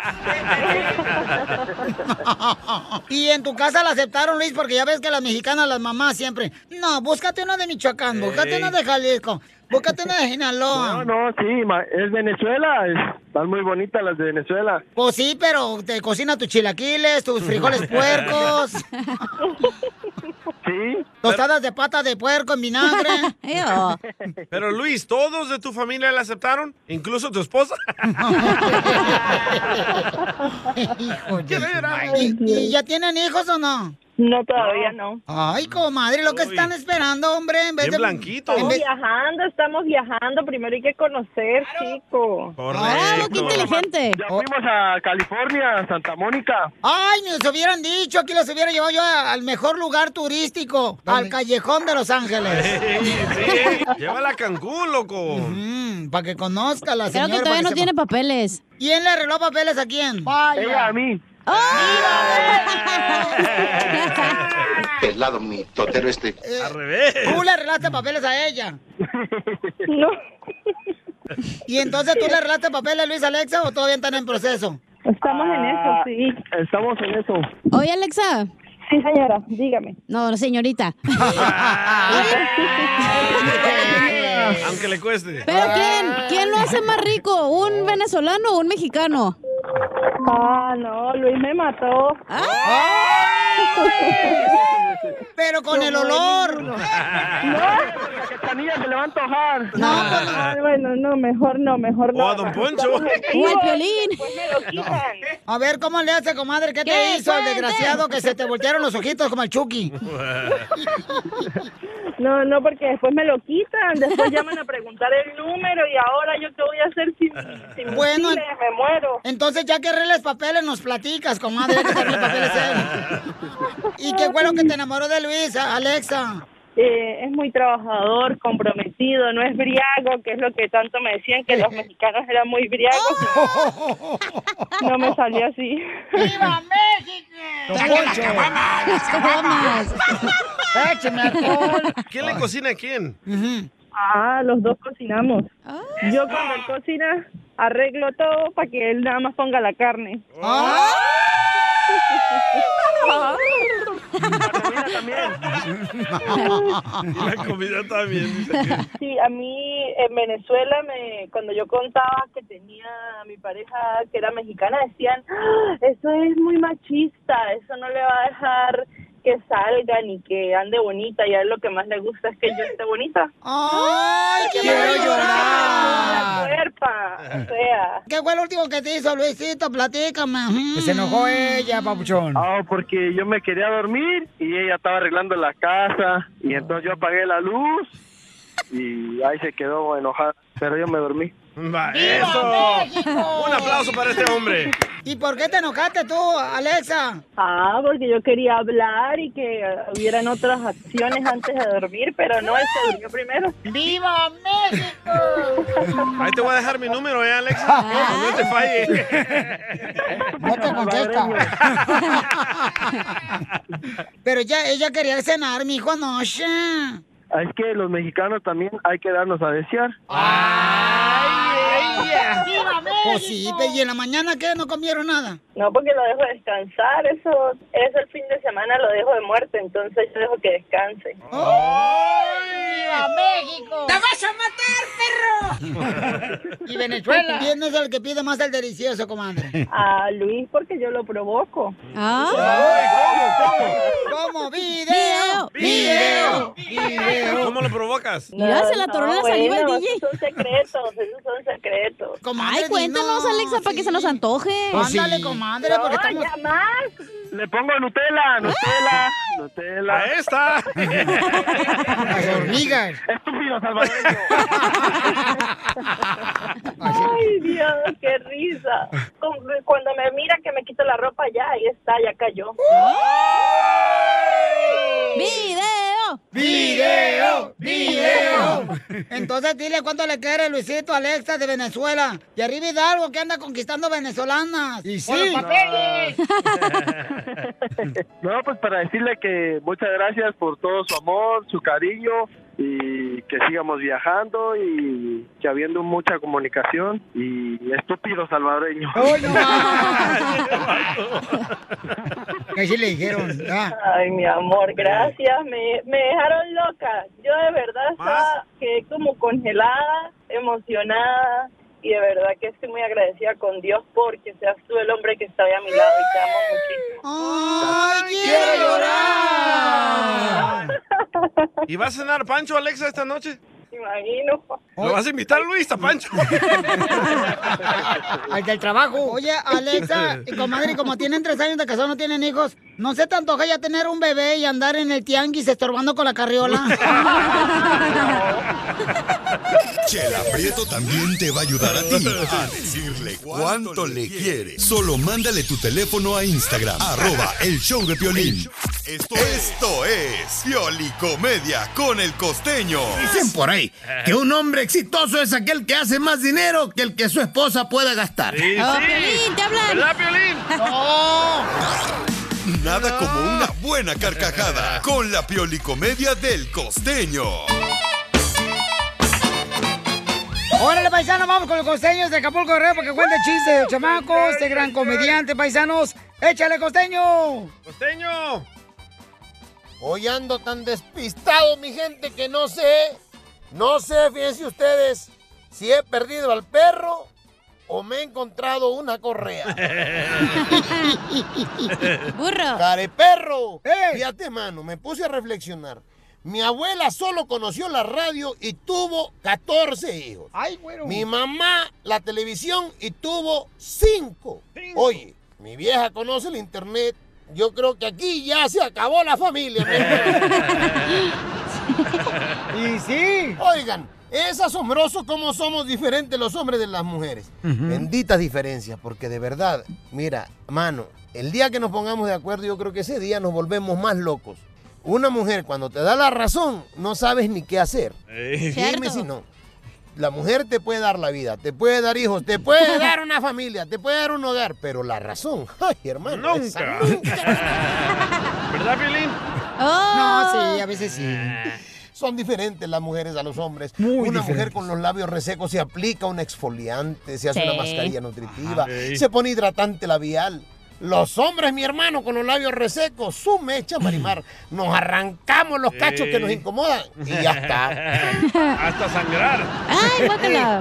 S1: y en tu casa la aceptaron, Luis, porque ya ves que las mexicanas, las mamás siempre. No, búscate uno de Michoacán, búscate
S25: Ey.
S1: uno de Jalisco, búscate uno de Sinaloa.
S25: No, no, sí, ma- es Venezuela, es- están muy bonitas las de Venezuela.
S1: Pues sí, pero te cocina tus chilaquiles, tus frijoles puercos.
S25: Sí.
S1: Tostadas de pata de puerco en vinagre.
S3: Pero Luis, ¿todos de tu familia la aceptaron? ¿Incluso tu esposa?
S1: ¿Y, y ya tienen hijos o no?
S26: No, todavía no.
S1: Ay, comadre, lo que están esperando, Ah, hombre. En vez de, en
S26: Estamos
S1: vez-
S26: viajando, estamos viajando. Primero hay que conocer, chico.
S1: Correcto. Ah, qué inteligente.
S25: Ya fuimos a California, a Santa Mónica.
S1: Ay, nos hubieran dicho, aquí los hubiera llevado yo a- al mejor lugar turístico, al callejón de Los Ángeles.
S3: Llévala a Cancún, loco.
S1: para que conozca la
S2: Creo
S1: señora.
S2: que todavía no tiene
S1: papeles. ¿Quién le arregló papeles a quién?
S25: Ella a mí.
S16: Pelado mi totero este.
S1: Al revés. Tú le arreglaste papeles a ella.
S26: No.
S1: ¿Y entonces tú le arreglaste papeles a Luis Alexa o todavía están en proceso?
S26: Estamos
S25: Ah,
S26: en eso, sí.
S25: Estamos en eso.
S2: Oye, Alexa.
S26: Sí, señora, dígame.
S2: No, señorita.
S3: Aunque le cueste.
S2: ¿Pero
S26: Ah.
S2: quién? ¿Quién lo hace más rico? ¿Un venezolano o un mexicano?
S26: Ah, no, Luis me mató.
S1: Pero con el olor. No,
S25: la cachanilla se le va a antojar.
S26: Ah, bueno, no, mejor no, mejor no. Estamos aquí.
S2: Pues
S1: A ver, ¿cómo le hace, comadre? ¿Qué te hizo el desgraciado que se te voltearon los ojitos como el Chucky?
S26: No, no, porque después me lo quitan, después llaman a preguntar el número y ahora yo qué voy a hacer sin, sin
S1: Bueno,
S26: misiles? me muero.
S1: Entonces, ya que arregles papeles, nos platicas, comadre. ya que te arregles papeles, él. Y qué bueno que te enamoró de Luis, a- pues, Alexa.
S26: Eh, es muy trabajador, comprometido, no es briago, que es lo que tanto me decían que los mexicanos eran muy briagos. No me salió así.
S1: ¡Viva
S26: Écheme alcohol.
S3: ¿Quién le cocina a quién?
S26: Ah, los dos cocinamos. Yo cuando él cocina arreglo todo para que él nada más ponga la carne. ¡Ah!
S3: Y la comida también.
S26: Sí, a mí en Venezuela, me, cuando yo contaba que tenía a mi pareja que era mexicana, decían, "Ah, eso es muy machista, eso no le va a dejar que salga ni que ande bonita, y a él lo que más le gusta es que yo esté bonita.
S1: ¡Ay, quiero
S26: llorar! cuerpa, fea.
S1: ¿Qué fue lo último que te hizo Luisito? Platícame. ujú.
S25: se enojó
S1: ella, papuchón.
S25: Mm. Ah, porque yo me quería dormir y ella estaba arreglando la casa y entonces yo apagué la luz y ahí se quedó enojada, pero yo me dormí.
S3: Un aplauso para este hombre.
S1: ¿Y por qué te enojaste tú, Alexa?
S26: Ah, porque yo quería hablar y que eh, hubieran otras acciones antes de dormir, pero no, él se durmió primero.
S1: ¡Viva México!
S3: Ahí te voy a dejar mi número, ¿eh, Alexa?
S2: Ah.
S3: No te falle.
S1: No te contesta. Pero ya ella quería cenar, mi hijo, anoche.
S25: Ah, Es que los mexicanos también hay que darnos a desear.
S1: ¡Viva México! Pues sí, pe- ¿y en la mañana qué? ¿No comieron nada?
S26: No, porque lo dejo descansar, eso es el fin de semana, lo dejo de muerte, entonces yo dejo que descanse.
S1: Oh, ¡Viva México! ¡La vas a matar, perro! y Venezuela. ¿Quién es el que pide más el delicioso, comadre?
S26: A Ah, Luis, porque yo lo provoco.
S1: Ah. ¿Cómo? ¡Video! ¡Video!
S3: ¿Cómo lo provocas?
S2: Mira, se la atoró la saliva al
S26: bueno,
S2: DJ.
S26: esos son secretos, esos son secretos.
S2: Ay, cuéntanos, Alexa, para que se nos antoje.
S25: Pues sí. Ándale,
S1: comadre,
S26: no, ya más.
S25: Le pongo Nutella, Nutella, Nutella.
S3: Ahí está.
S1: Las hormigas.
S25: Estúpido salvadoreño.
S26: Ay, Dios, qué risa. Con- Cuando me mira que me quito la ropa, ya, ahí está, ya cayó.
S2: ¡Video!
S1: ¡Video! ¡Video! Entonces dile cuánto le quiere Luisito Alexa de Venezuela. Y arriba Hidalgo que anda conquistando venezolanas. Y
S25: sí.
S1: los papeles!
S25: No, pues para decirle que muchas gracias por todo su amor, su cariño y que sigamos viajando y que habiendo mucha comunicación y estúpido salvadoreño.
S1: Que así Ah. le dijeron. ya.
S26: Ay, mi amor, gracias. Me, me dejaron loca. Yo de verdad estaba, quedé como congelada, emocionada y de verdad verdad que estoy muy agradecida con Dios porque seas tú el hombre que está ahí a mi lado y te amo muchísimo.
S1: ¡Ay, quiero llorar!
S3: ¿Y va a cenar Pancho, Alexa, esta noche?
S26: Imagino.
S3: ¿Lo vas a invitar, Luis, a Pancho?
S1: Al del trabajo. Oye, Alexa, y comadre, como tienen tres años de casado, no tienen hijos, ¿no se te antoja ya tener un bebé y andar en el tianguis estorbando con la carriola?
S5: Chela Prieto también te va a ayudar a ti a decirle cuánto le quiere. Solo mándale tu teléfono a Instagram, arroba el show de Piolín. Esto, esto es Piolicomedia con el costeño.
S16: Dicen por ahí que un hombre exitoso es aquel que hace más dinero que el que su esposa pueda gastar.
S1: Ah, Piolín, te hablan. No.
S5: Nada como una buena carcajada con la Piolicomedia del costeño.
S1: Órale, paisanos, vamos con los costeños de Acapulco Guerrero porque cuente chistes de chamacos, este gran comediante, paisanos. ¡Échale, costeño!
S3: ¡Costeño!
S14: Hoy ando tan despistado, mi gente, que no sé, no sé, fíjense ustedes, si he perdido al perro o me he encontrado una correa.
S2: ¡Burro!
S14: Care perro. Fíjate, mano, me puse a reflexionar. Mi abuela solo conoció la radio y tuvo 14 hijos.
S1: Ay, güero.
S14: Mi mamá la televisión y tuvo 5. Oye, mi vieja conoce el internet. Yo creo que aquí ya se acabó la familia.
S1: y sí.
S14: Oigan, es asombroso cómo somos diferentes los hombres de las mujeres. Benditas diferencias, porque de verdad, mira, mano, el día que nos pongamos de acuerdo, yo creo que ese día nos volvemos más locos. Una mujer cuando te da la razón, no sabes ni qué hacer. Dime si no. La mujer te puede dar la vida, te puede dar hijos, te puede dar una familia, te puede dar un hogar, pero la razón, ay hermano, esa
S3: Nunca.
S14: nunca.
S3: ¿Verdad, Piolín? Eh.
S1: No, sí, a veces sí.
S14: Ah. Son diferentes las mujeres a los hombres. una mujer con los labios resecos se aplica un exfoliante, se hace
S18: Sí.
S14: una mascarilla nutritiva,
S3: Ah,
S18: Ajá. Sí.
S14: se pone hidratante labial. Los hombres, mi hermano, con los labios resecos, su mecha, Marimar, nos arrancamos los cachos que nos
S3: Sí.
S14: incomodan y ya está.
S3: Hasta sangrar.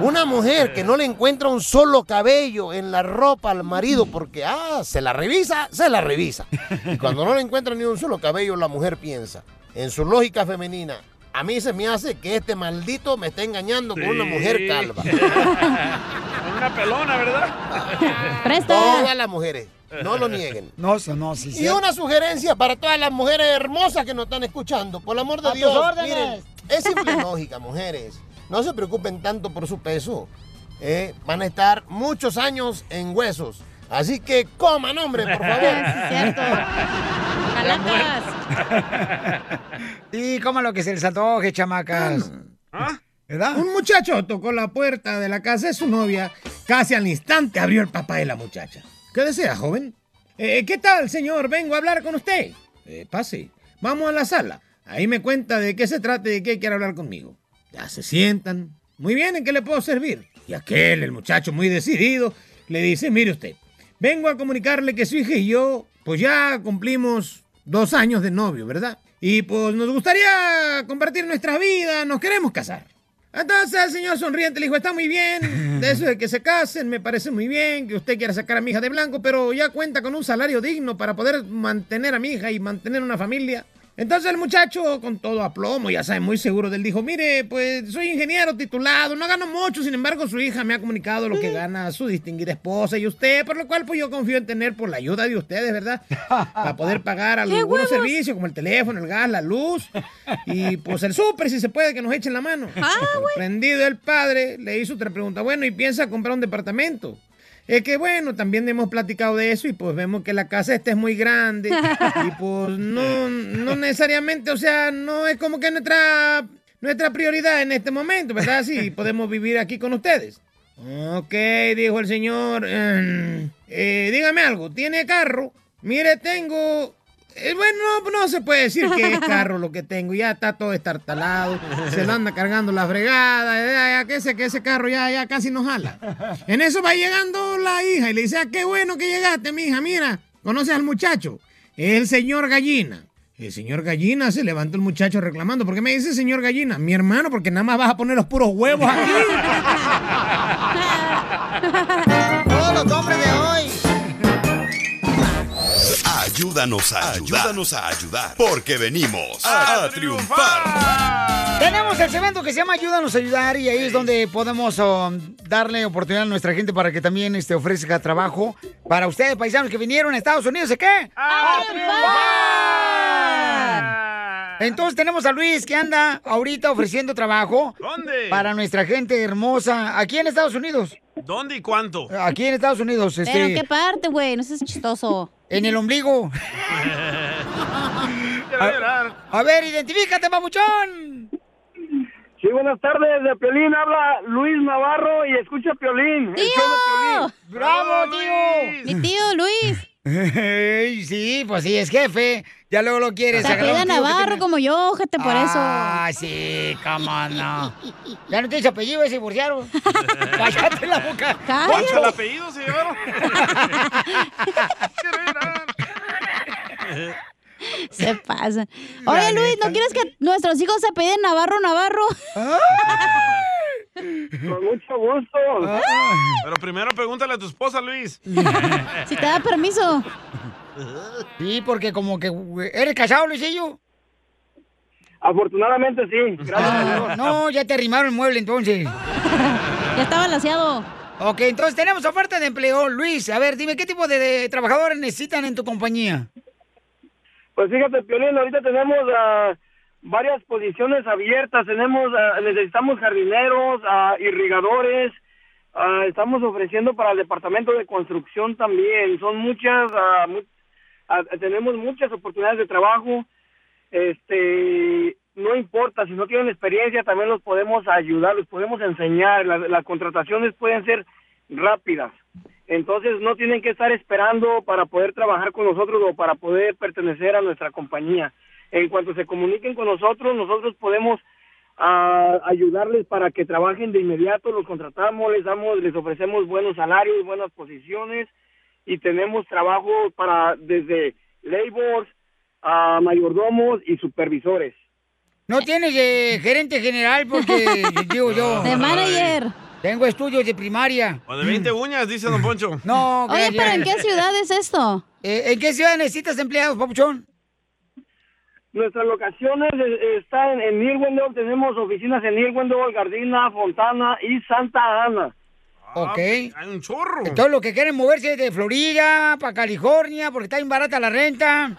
S14: Una mujer que no le encuentra un solo cabello en la ropa al marido porque, ah, se la revisa, se la revisa. Y cuando no le encuentra ni un solo cabello, la mujer piensa, en su lógica femenina, a mí se me hace que este maldito me está engañando con una mujer calva.
S3: Una pelona, ¿verdad?
S14: Todas las mujeres, no lo nieguen.
S1: No, sí, no, sí, sí.
S14: Y una sugerencia para todas las mujeres hermosas que nos están escuchando. Por el amor de
S1: A tus
S14: Dios,
S1: órdenes.
S14: miren, es simple lógica, mujeres. No se preocupen tanto por su peso. ¿eh? Van a estar muchos años en huesos. Así que coman, hombre, por favor.
S2: cierto. Calacas.
S1: Y coma lo que se les antoje, chamacas.
S18: Ah. Un muchacho tocó la puerta de la casa de su novia. Casi al instante abrió el papá de la muchacha. ¿Qué desea, joven? "Eh, ¿Qué tal, señor? Vengo a hablar con usted. "Eh, pase. Vamos a la sala. Ahí me cuenta de qué se trata y de qué quiere hablar conmigo. Ya se sientan. Muy bien, ¿en qué le puedo servir? Y aquel, el muchacho muy decidido, le dice, mire usted, vengo a comunicarle que su hija y yo, pues ya cumplimos dos años de novio, ¿verdad? Y pues nos gustaría compartir nuestra vida, nos queremos casar. Entonces el señor sonriente le dijo, está muy bien, de eso de que se casen, me parece muy bien que usted quiera sacar a mi hija de blanco, pero ya cuenta con un salario digno para poder mantener a mi hija y mantener una familia. Entonces el muchacho, con todo aplomo, ya sabe, muy seguro de él, dijo, mire, pues soy ingeniero titulado, no gano mucho, sin embargo su hija me ha comunicado lo que gana su distinguida esposa y usted, por lo cual pues yo confío en tener por la ayuda de ustedes, ¿verdad? Para poder pagar algunos servicios como el teléfono, el gas, la luz y pues el súper, si se puede, que nos echen la mano. Sorprendido el padre, le hizo otra pregunta. Bueno, ¿y piensa comprar un departamento? Es que bueno, también hemos platicado de eso y pues vemos que la casa esta es muy grande y pues no, no necesariamente, o sea, no es como que nuestra, nuestra prioridad en este momento, ¿verdad? Si podemos vivir aquí con ustedes. Ok, dijo el señor. "Em, eh, dígame algo, ¿tiene carro? Mire, tengo... eh, bueno, no, no se puede decir que es carro lo que tengo, ya está todo estartalado, se lo anda cargando la fregada, ya, ya, que, ese, que ese carro ya, ya casi nos jala. En eso va llegando la hija y le dice, ah, qué bueno que llegaste, mi hija, mira, ¿conoces al muchacho? Es el señor Gallina. El señor Gallina se levantó el muchacho reclamando, ¿por qué me dice señor Gallina? Mi hermano, porque nada más vas a poner los puros huevos aquí.
S1: Todos los hombres de hoy.
S5: Ayúdanos a ayudar. Ayúdanos a ayudar. Porque venimos a, triunfar.
S1: Tenemos el segmento que se llama Ayúdanos a ayudar y ahí es donde podemos oh, darle oportunidad a nuestra gente para que también este, ofrezca trabajo para ustedes, paisanos que vinieron a Estados Unidos, ¿de qué? ¡A triunfar! Entonces tenemos a Luis que anda ahorita ofreciendo trabajo
S3: ¿Dónde?
S1: para nuestra gente hermosa aquí en Estados Unidos.
S3: ¿Dónde y cuánto?
S14: Ah.
S1: Aquí en Estados Unidos, este,
S2: Pero en qué parte, güey, no seas chistoso.
S1: en el ombligo. A ver, identifícate, papuchón.
S17: Sí, buenas tardes. De Piolín habla Luis Navarro y escucha Piolín. el show de Piolín.
S1: ¡Bravo, tío!
S2: Mi tío Luis.
S1: Ey, sí, pues sí, es jefe. Ya luego lo quieres.
S2: Se
S1: agarrar
S2: apellida
S1: un tío que
S2: Navarro
S1: tenga-
S2: como yo, gente, por eso.
S1: Ah, sí, cómo no. Ya no tienes apellido, ese divorciaron. Cállate la boca.
S2: Cállate. Poncho, el
S1: apellido se llevaron?
S2: Se pasa. Oye, Luis, ¿no quieres que nuestros hijos se piden Navarro Navarro?
S17: Con mucho gusto.
S3: Pero primero pregúntale a tu esposa, Luis.
S2: si te da permiso.
S1: Sí, porque como que güey, eres casado, Luisillo.
S17: Afortunadamente sí. Gracias a Dios.
S1: No, ya te arrimaron el mueble entonces. ya
S2: está balanceado.
S1: Ok, entonces tenemos oferta de empleo. Luis, a ver, dime, ¿qué tipo de, de trabajadores necesitan en tu compañía?
S17: Pues fíjate, Piolín, ahorita tenemos ah, varias posiciones abiertas. Tenemos, ah, necesitamos jardineros, ah, irrigadores. Ah, estamos ofreciendo para el departamento de construcción también. Son muchas, ah, mu- ah, tenemos muchas oportunidades de trabajo. Este, no importa si no tienen experiencia, también los podemos ayudar, los podemos enseñar. Las- las contrataciones pueden ser rápidas. Entonces no tienen que estar esperando para poder trabajar con nosotros o para poder pertenecer a nuestra compañía. En cuanto se comuniquen con nosotros, nosotros podemos ah, ayudarles para que trabajen de inmediato, los contratamos, les damos, les ofrecemos buenos salarios, buenas posiciones y tenemos trabajo para desde labors a mayordomos y supervisores.
S1: No tienes eh, gerente general porque digo yo.
S2: De manager.
S1: Tengo estudios de primaria.
S3: O de 20 uñas, dice Don Poncho.
S1: No, Eh,
S2: Oye, pero ¿en qué ciudad es esto?
S1: ¿En qué ciudad necesitas empleados, papuchón?
S17: Nuestras locaciones eh, están en New Wendell, tenemos oficinas en New Wendell, Gardina, Fontana y Santa Ana.
S1: Ah, Ok.
S3: Hay un chorro.
S1: Entonces, los que quieren moverse de Florida para California, porque está bien barata la renta,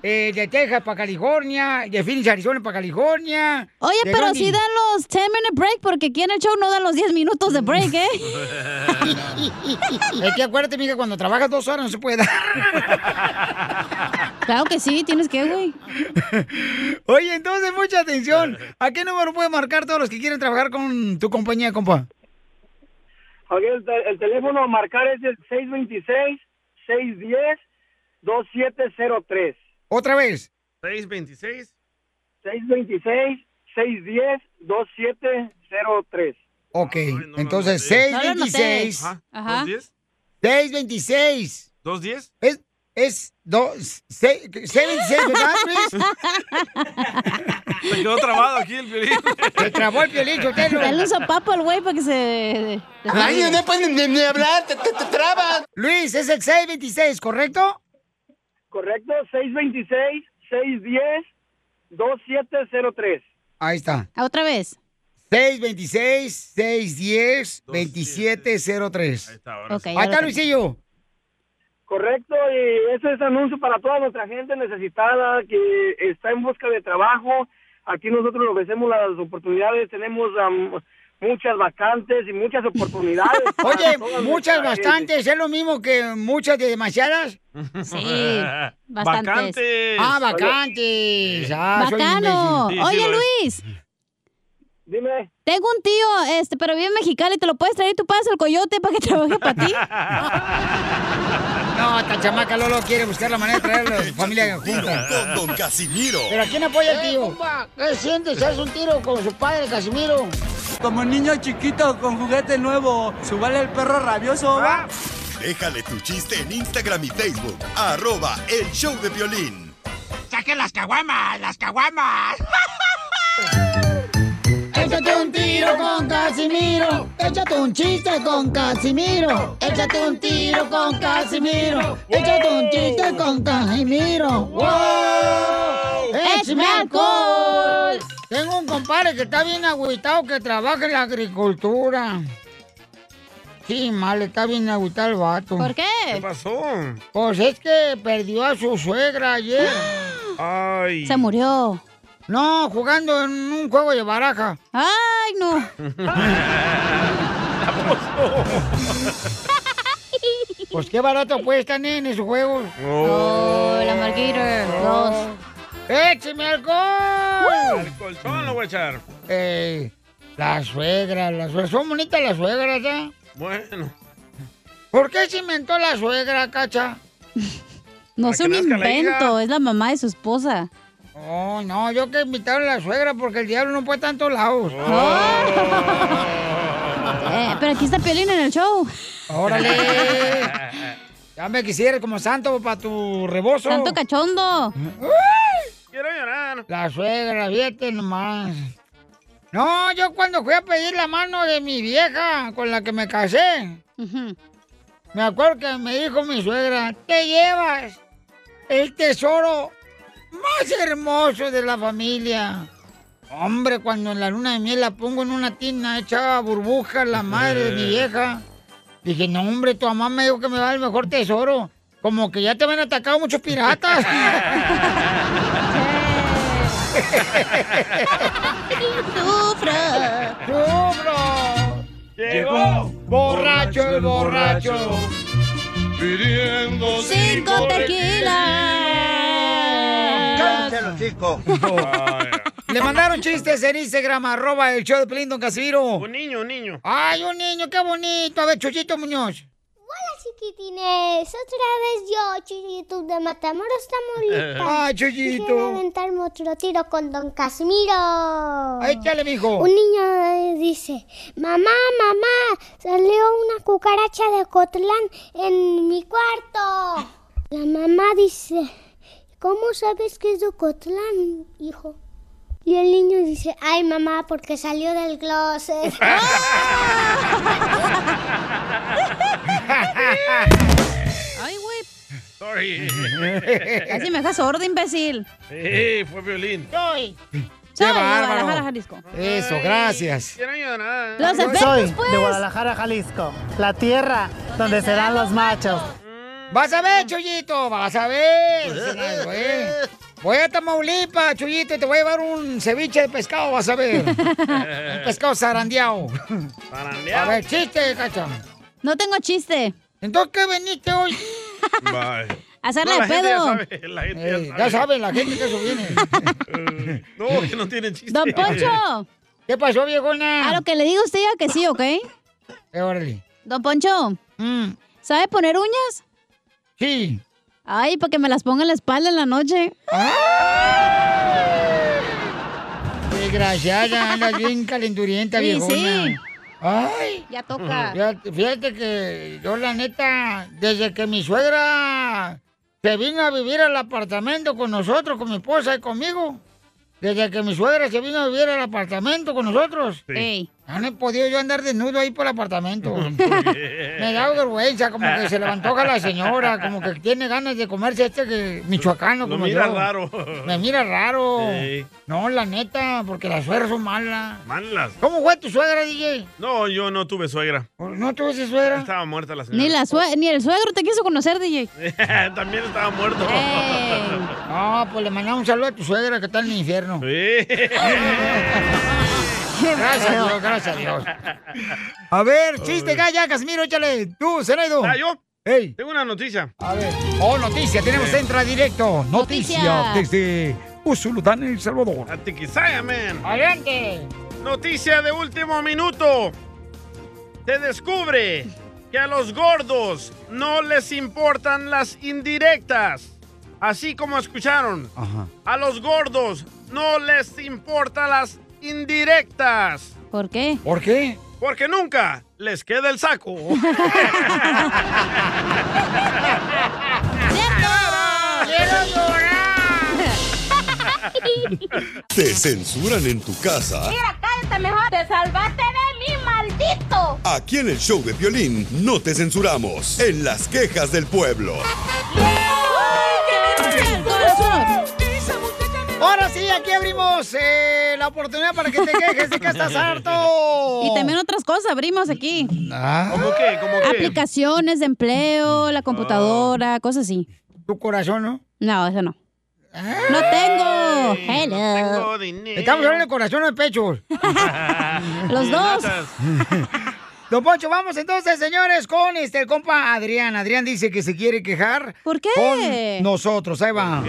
S1: eh, de Texas para California, de Phoenix, Arizona para California.
S2: Oye,
S1: ¿de
S2: pero
S1: dónde?
S2: sí dan los 10 minute break porque aquí en el show no dan los 10 minutos de break, ¿eh?
S1: Es que acuérdate, mija, cuando trabajas dos horas no se puede dar.
S2: Claro que sí, tienes que, güey.
S1: Oye, entonces, mucha atención. ¿A qué número puede marcar todos los que quieren trabajar con tu compañía, compa?
S17: Ok, el, te- el teléfono a marcar es el 626-610-2703.
S1: ¿Otra vez?
S3: 626.
S17: 626-610-2703.
S1: Ok,
S3: Ah,
S1: entonces, 626.
S17: Ajá.
S3: ¿210?
S1: 626.
S3: ¿210?
S1: Es, es, dos, seis, 626, ¿verdad, Luis?
S3: Se quedó trabado aquí el violín.
S1: Se trabó el violín, Chotelo.
S2: Dale un zapapo al güey para que se...
S1: Ay, no
S2: pueden pues, ni, hablar, te, trabas.
S1: Luis, es el 626, ¿correcto?
S17: Correcto, 626-610-2703.
S1: Ahí está.
S2: Ah, Otra vez.
S1: 626-610-2703. Ahí está,
S2: ahora sí. Ok, ya
S1: Ahí
S2: lo
S1: está,
S2: tengo.
S1: Luisillo.
S17: Correcto, y ese es anuncio para toda nuestra gente necesitada que está en busca de trabajo. Aquí nosotros le ofrecemos las oportunidades, tenemos am, muchas vacantes y muchas oportunidades. para
S1: Oye,
S17: toda nuestra
S1: muchas,
S17: gente.
S1: bastantes, ¿es lo mismo que muchas de demasiadas?
S17: Sí,
S2: bastantes. Vacantes.
S1: Ah, vacantes. Ah, soy
S2: Bacano.
S1: imbécil.
S2: Oye, Luis.
S17: Dime.
S2: Tengo un tío, este, pero vive en Mexicali. ¿Te lo puedes traer tú pasas el coyote para que trabaje para ti?
S1: No, esta chamaca Lolo quiere buscar la manera de traer a la familia junta.
S5: Con Don Casimiro.
S1: ¿Pero a quién apoya el tío? ¿Qué sientes? ¿Haz un tiro con su padre, Casimiro?
S19: Como niño chiquito con juguete nuevo, subale el perro rabioso, ¿va?
S5: Déjale tu chiste en Instagram y Facebook. Arroba el show de violín.
S8: ¡Saquen las caguamas! ¡Las caguamas!
S1: Échate un tiro tiro con Casimiro. Échate un chiste con Casimiro. Échate un tiro con Casimiro. Échate un chiste con Casimiro. ¡Wow! ¡Échame alcohol! Tengo un compadre que está bien agüitado que trabaja en la agricultura. Sí, mal, está bien agüitado el vato.
S2: ¿Por qué?
S1: ¿Qué pasó? Pues es que perdió a su suegra ayer.
S3: Ay.
S2: Se murió.
S1: No, jugando en un juego de baraja.
S2: ¡Ay, no!
S1: Pues qué barato cuestan en esos juegos.
S2: Oh, la Margator. Dos.
S1: ¡Écheme alcohol!
S3: Al colchón lo voy a echar.
S1: Ey, Eh, las suegras, las suegras. Son bonitas las suegras, ¿eh?
S3: Bueno.
S1: ¿Por qué se inventó la suegra, cacha?
S2: No es un invento, es la mamá de su esposa.
S1: No, Oh, no, yo que invitaron a la suegra porque el diablo no puede tantos lados.
S2: Eh, pero aquí está Piolín en el show.
S1: ¡Órale! Ya me quisieras como santo para tu rebozo.
S2: Santo cachondo.
S3: Quiero llorar.
S1: La suegra, fíjate nomás. No, yo cuando fui a pedir la mano de mi vieja con la que me casé, me acuerdo que me dijo mi suegra, te llevas el tesoro más hermoso de la familia. Hombre, cuando en la luna de miel la pongo en una tina, echaba burbujas la madre de mi vieja. Dije, no, hombre, tu mamá me dijo que me va el mejor tesoro. Como que ya te habían atacado muchos piratas.
S2: ¡Sufro!
S1: ¡Sufro! Llegó borracho el borracho.
S4: Pidiendo
S2: Cinco tequilas.
S4: chico.
S1: Le mandaron chistes en Instagram, arroba el show de Pelín, don Casimiro.
S3: Un niño, un niño.
S1: Ay, un niño, qué bonito. A ver, Chuchito Muñoz.
S20: Hola chiquitines, otra vez yo, Chuyito de Matamoros Tamaulipas.
S1: Ay, Chuyito.
S20: Quiero aventarme otro tiro con Don Casimiro.
S1: Échale, mijo.
S20: Un niño eh, dice, mamá, mamá, salió una cucaracha de Cotlán en mi cuarto. La mamá dice, ¿cómo sabes que es de Cotlán, hijo? Y el niño dice, ay mamá, porque salió del closet.
S2: Ay, güey.
S3: Sorry.
S2: Casi me dejas sordo, imbécil.
S3: Sí, fue violín.
S1: Soy.
S2: Soy de
S1: bárbaro.
S2: Guadalajara, Jalisco.
S1: Eso, gracias.
S3: Quiero llorar.
S2: Los efectos,
S21: Soy
S2: pues.
S21: de Guadalajara, Jalisco, la tierra donde se dan los machos.
S1: Vas a ver, Chuyito, vas a ver.
S21: Pues, eh,
S1: Ay, güey. Voy a Tamaulipas, Chuyito, y te voy a llevar un ceviche de pescado, vas a ver. un pescado zarandeado. A ver, chiste, cacha.
S2: No tengo chiste.
S1: Entonces, ¿qué veniste hoy?
S3: Bye.
S2: Hacerle
S3: No, la
S2: de
S3: gente ya
S2: pedo.
S1: Eh, ya
S3: sabe, la gente
S1: saben, la gente que eso viene.
S3: No, que no tienen chiste.
S2: Don Poncho.
S1: ¿Qué pasó, viejona?
S2: A lo que le digo usted diga que sí, ¿ok?
S1: Eh, órale.
S2: Don Poncho. ¿Sabe poner uñas?
S1: Mm. Sí. Ah.
S2: Ay, para que me las ponga en la espalda en la noche.
S1: Desgraciada, andas bien calenturienta,
S2: Sí,
S1: viejona.
S2: sí.
S1: Ay.
S2: Ya toca.
S1: Fíjate, fíjate que yo la neta, desde que mi suegra se vino a vivir al apartamento con nosotros, con mi esposa y conmigo, desde que mi suegra se vino a vivir al apartamento con nosotros,
S2: Sí. Ey.
S1: ya no he podido yo andar desnudo ahí por el apartamento. Me da vergüenza, como que se levantó a la señora, como que tiene ganas de comerse este que, michoacano
S3: Lo
S1: como
S3: mira
S1: yo.
S3: raro.
S1: Me mira raro.
S3: Sí.
S1: No, la neta, porque las suegras son malas.
S3: Manlas.
S1: ¿Cómo fue tu suegra, DJ?
S3: No, yo no tuve suegra.
S1: ¿No tuviste suegra?
S3: Estaba muerta la señora.
S2: Ni, la sue- ni el suegro te quiso conocer, DJ.
S3: También estaba muerto.
S1: No, pues le mandamos un saludo a tu suegra que está en el infierno. Gracias, Dios, gracias, Dios. A ver, chiste, ya, ya, Casimiro, échale. Tú, Zenaido.
S3: Ah, yo.
S1: Ey.
S3: Tengo una noticia.
S1: A ver. Oh, noticia, tenemos Entra Directo. Noticia,
S3: Noticia.
S1: desde Usulután, El Salvador.
S3: Tiquisaya, man.
S1: Adelante.
S3: Noticia de último minuto. Se descubre que a los gordos no les importan las indirectas. Así como escucharon, a los gordos no les importan las indirectas.
S2: ¿Por qué?
S1: ¿Por qué?
S3: Porque nunca les queda el saco.
S1: ¡Quiero llorar!
S5: ¿Te censuran en tu casa?
S20: acá el
S27: salvaste mejor. Te salvaste de mí, maldito.
S5: Aquí en el show de violín no te censuramos. En las quejas del pueblo.
S1: Ahora sí, aquí abrimos eh, la oportunidad para que te quejes de que estás harto.
S2: Y también otras cosas abrimos aquí.
S28: ¿Cómo qué? ¿Cómo qué?
S2: Aplicaciones de empleo, la computadora, cosas así.
S1: Ah. ¿Tu corazón, no?
S2: No, eso no. No tengo. Hello.
S1: Estamos hablando de corazón o de pechos.
S2: Los dos.
S1: Don Poncho, vamos entonces, señores, con este el compa Adrián. Adrián dice que se quiere quejar.
S2: ¿Por qué?
S1: Con nosotros, ahí va.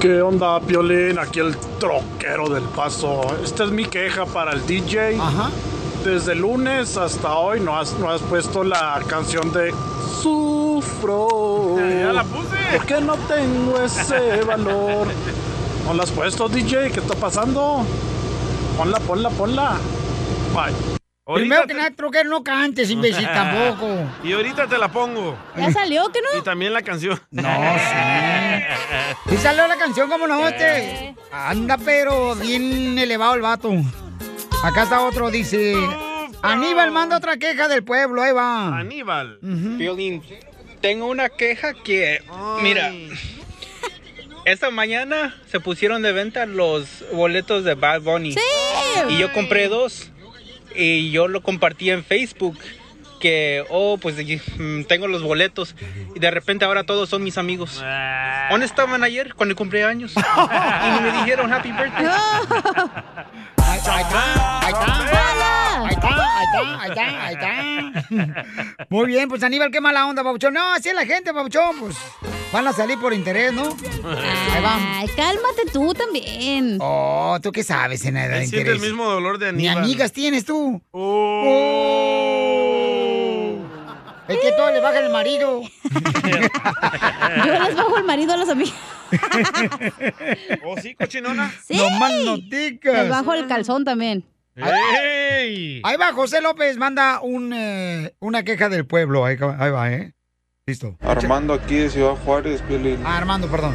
S3: ¿Qué onda, Piolín? Aquí el troquero del paso. Esta es mi queja para el DJ. Desde el lunes hasta hoy no has, no has puesto la canción de Sufro.
S9: Ya la
S3: puse. ¿Por qué no tengo ese valor? ¿No la has puesto, DJ? ¿Qué está pasando? Ponla, ponla, ponla. Bye.
S1: Primero que nada, troquero, no cantes, imbécil, tampoco.
S28: Y ahorita te la pongo.
S2: ¿Ya salió que no?
S28: Y también la canción. No,
S1: Y salió la canción como no,
S2: Eh.
S1: este. Anda, pero bien elevado el vato. Acá está otro, dice. Aníbal manda otra queja del pueblo, ahí va.
S28: Aníbal.
S8: Piolín, tengo una queja que, mira, esta mañana se pusieron de venta los boletos de Bad Bunny. Y yo compré dos y yo lo compartí en Facebook que, oh, pues mm, tengo los boletos y de repente ahora todos son mis amigos. ¿Dónde estaban ayer cuando cumplí años? y ni me dijeron happy birthday.
S1: Ahí está, ahí está, ahí está. Ahí está, ahí está, ahí está, ahí está. Muy bien, pues Aníbal, qué mala onda, Pabuchón. No, así es la gente, Pabuchón, pues. Van a salir por interés, ¿no? Ahí va.
S2: Ay, cálmate tú también.
S1: Oh, ¿tú qué sabes en edad de
S28: Él siente el
S1: interés?
S28: mismo dolor de
S1: Ni
S28: Aníbal.
S1: amigas tienes tú. Oh. Es que todo le baja el marido.
S2: Yo les bajo el marido a las amigas.
S1: Oh,
S28: ¿O sí, cochinona?
S2: Sí. Les bajo el calzón también.
S1: Eh. Ahí va, José López manda un, eh, una queja del pueblo. Ahí, ca- ahí va, ¿eh? Listo.
S29: Armando aquí de Ciudad Juárez, Piolín.
S1: Ah, Armando, perdón.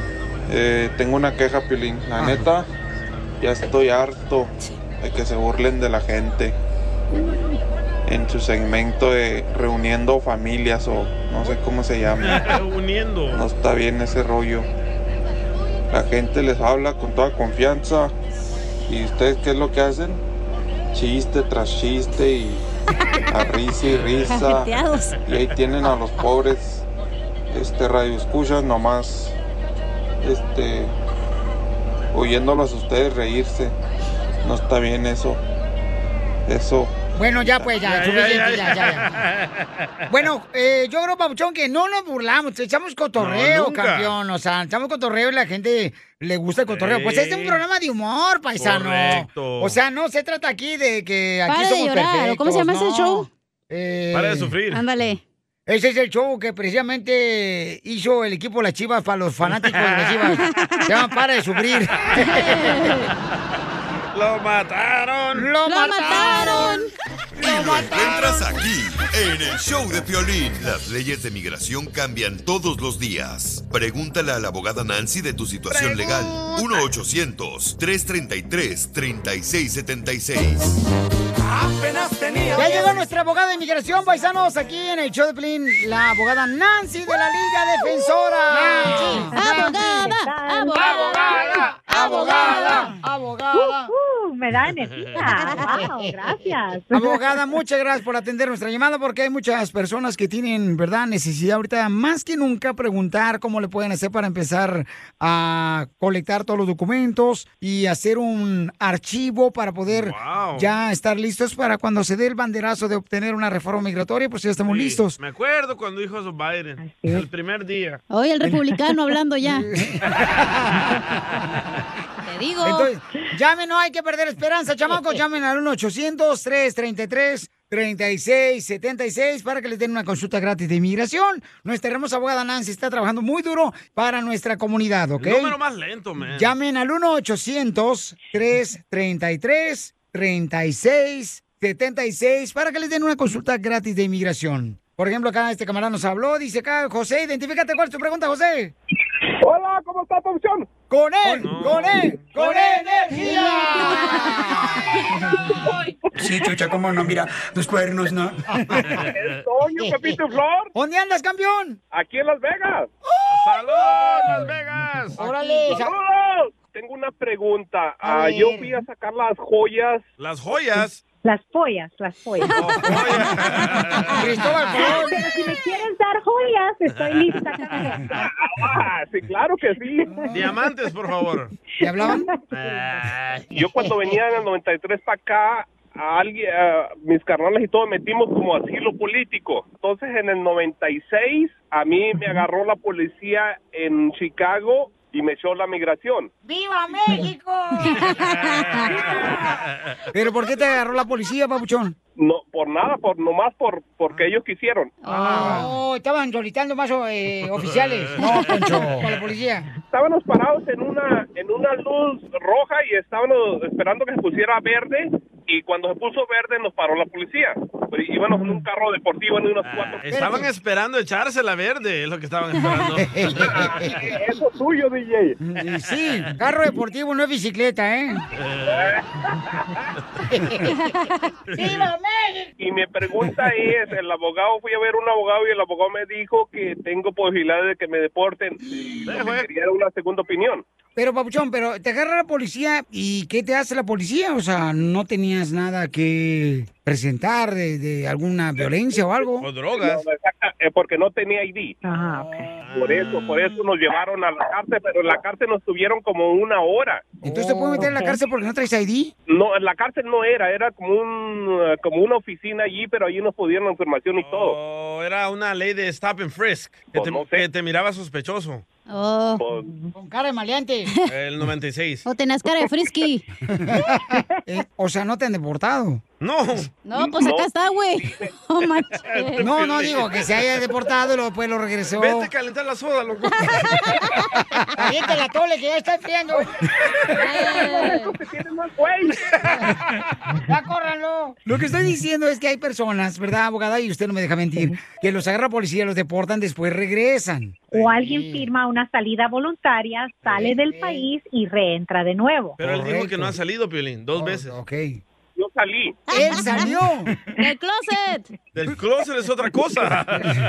S29: Eh, tengo una queja, Piolín. La
S1: Ah.
S29: neta, ya estoy harto de que se burlen de la gente en su segmento de reuniendo familias o no sé cómo se llama.
S28: Uniendo.
S29: No está bien ese rollo. La gente les habla con toda confianza. ¿Y ustedes qué es lo que hacen? Chiste tras chiste y a risa y risa.
S9: Cajeteados.
S29: Y ahí tienen a los pobres este radio escuchas nomás este oyéndolos a ustedes reírse. No está bien eso. Eso
S1: Bueno, ya pues, ya,
S29: Ya, ya,
S1: suficiente,
S29: ya,
S1: ya, ya, ya. Bueno, eh, yo creo, Pabuchón, que no nos burlamos, echamos
S29: No,
S1: cotorreo,
S29: nunca.
S1: campeón. O sea, echamos cotorreo y la gente le gusta el cotorreo. Pues este es un programa de humor, paisano.
S28: Correcto.
S1: O sea, no se trata aquí de que aquí
S2: Para de
S1: somos
S2: llorar. ¿o ¿Cómo se llama
S1: perfectos,
S2: ese
S1: no.
S2: show?
S1: Eh,
S28: Para de sufrir.
S2: Ándale.
S1: Ese es el show que precisamente hizo el equipo Las Chivas para los fanáticos de las Chivas. Se llama Para de Sufrir.
S28: Lo mataron.
S1: Lo,
S2: mataron.
S5: Lo
S1: encuentras
S5: aquí, en el show de Piolín. Las leyes de migración cambian todos los días. Pregúntale a la abogada Nancy de tu situación legal. 1-800-333-3676.
S9: Apenas tenía.
S1: Ya llegó nuestra abogada de inmigración, paisanos, aquí en el show de Plin, la abogada Nancy de la Liga Defensora.
S9: Abogada, abogada, abogada, abogada.
S13: Uh,
S1: me da energía. gracias. Abogada, muchas gracias por atender nuestra llamada porque hay muchas personas que tienen, ¿verdad?, necesidad ahorita más que nunca preguntar cómo le pueden hacer para empezar a colectar todos los documentos y hacer un archivo para poder ya estar listos para cuando se dé el banderazo de obtener una reforma migratoria, pues ya estamos
S28: Sí,
S1: listos.
S28: Me acuerdo cuando dijo eso Biden. El primer día.
S2: Hoy el republicano hablando ya.
S1: Te digo. Entonces, llamen, no hay que perder esperanza, chamacos. Llamen al 1-800-333-3676 para que les den una consulta gratis de inmigración. Nuestra hermosa abogada Nancy está trabajando muy duro para nuestra comunidad, ¿ok?
S28: El número más lento, man.
S1: Llamen al 1-800-333-3676 para que les den una consulta gratis de inmigración. Por ejemplo, acá este camarada nos habló, dice acá, José, identifícate, ¿cuál es tu pregunta, José? Hola, ¿cómo está tu opción? Con él, con él, con energía.
S18: Sí, chucha, cómo no, mira, los cuernos, ¿no?
S1: Toño, Pepito Flor. ¿Dónde andas, campeón?
S30: Aquí en Las Vegas.
S3: ¡Saludos, Las Vegas!
S1: ¡Órale!
S30: ¡Saludos! Tengo una pregunta.
S13: A
S30: Ah, yo
S13: ver.
S30: fui a sacar las joyas.
S3: ¿Las joyas?
S13: Las pollas, las pollas.
S30: Cristóbal Colón.
S13: Pero si me quieres dar joyas, estoy lista.
S30: Ah, sí, claro que sí.
S3: Diamantes, por favor.
S1: ¿Te hablaban?
S30: Yo cuando venía en el 93 para acá, a alguien, a mis carnales y todo metimos como asilo político. Entonces en el 96 a mí me agarró la policía en Chicago y me echó la migración.
S1: ¡Viva México! ¿Pero por qué te agarró la policía, papuchón? Ah.
S30: No, por nada, por nomás por porque ellos quisieron.
S1: No, Ah, oh, estaban solicitando más eh, oficiales. No, Poncho. Con la policía.
S30: Estábamos parados en una en una luz roja y estábamos esperando que se pusiera verde y cuando se puso verde nos paró la policía. Y- Íbamos en un carro deportivo en unos
S1: Ah,
S30: cuatro.
S3: Estaban esperando echársela verde, es lo que estaban esperando.
S1: Eso es tuyo, DJ. Sí, carro deportivo, no es bicicleta, ¿eh? ¡Viva México!
S30: Y mi pregunta es, el abogado, fui a ver un abogado y el abogado me dijo que tengo posibilidades de que me deporten. Y lo que quería era una segunda opinión.
S1: Pero, papuchón, pero te agarra la policía y ¿qué te hace la policía? O sea, ¿no tenías nada que presentar de, de alguna violencia o algo?
S30: No, exacta- eh, porque no tenía ID. Por eso, por eso nos llevaron a la cárcel, pero en la cárcel nos tuvieron como una hora.
S1: ¿Entonces te pueden meter en la cárcel porque no traes ID?
S30: No, en la cárcel no era, era como un eh, como una oficina allí, pero allí nos pudieron la información y todo.
S3: O era una ley de stop and frisk, que, te, que te miraba sospechoso.
S1: Con cara de maleante.
S3: El 96.
S2: Oh. O tenías cara de frisky.
S1: Eh, o sea, no te han deportado.
S3: No.
S2: No, pues acá está, güey. No manches.
S1: No, no digo que se haya deportado y luego después lo regresó.
S3: Vete a calentar la soda, loco.
S1: Caliente la tole que ya está enfriando. Ya córranlo. Lo que estoy diciendo es que hay personas, ¿verdad, abogada? Y usted no me deja mentir, que los agarra policía, los deportan, después regresan.
S13: O alguien firma una salida voluntaria, sale del país y reentra de nuevo.
S3: Pero él dijo que no ha salido, Piolín, dos veces.
S1: Oh, Ok.
S30: Yo salí.
S1: Él salió.
S2: ¡Del closet!
S3: Del closet es otra cosa.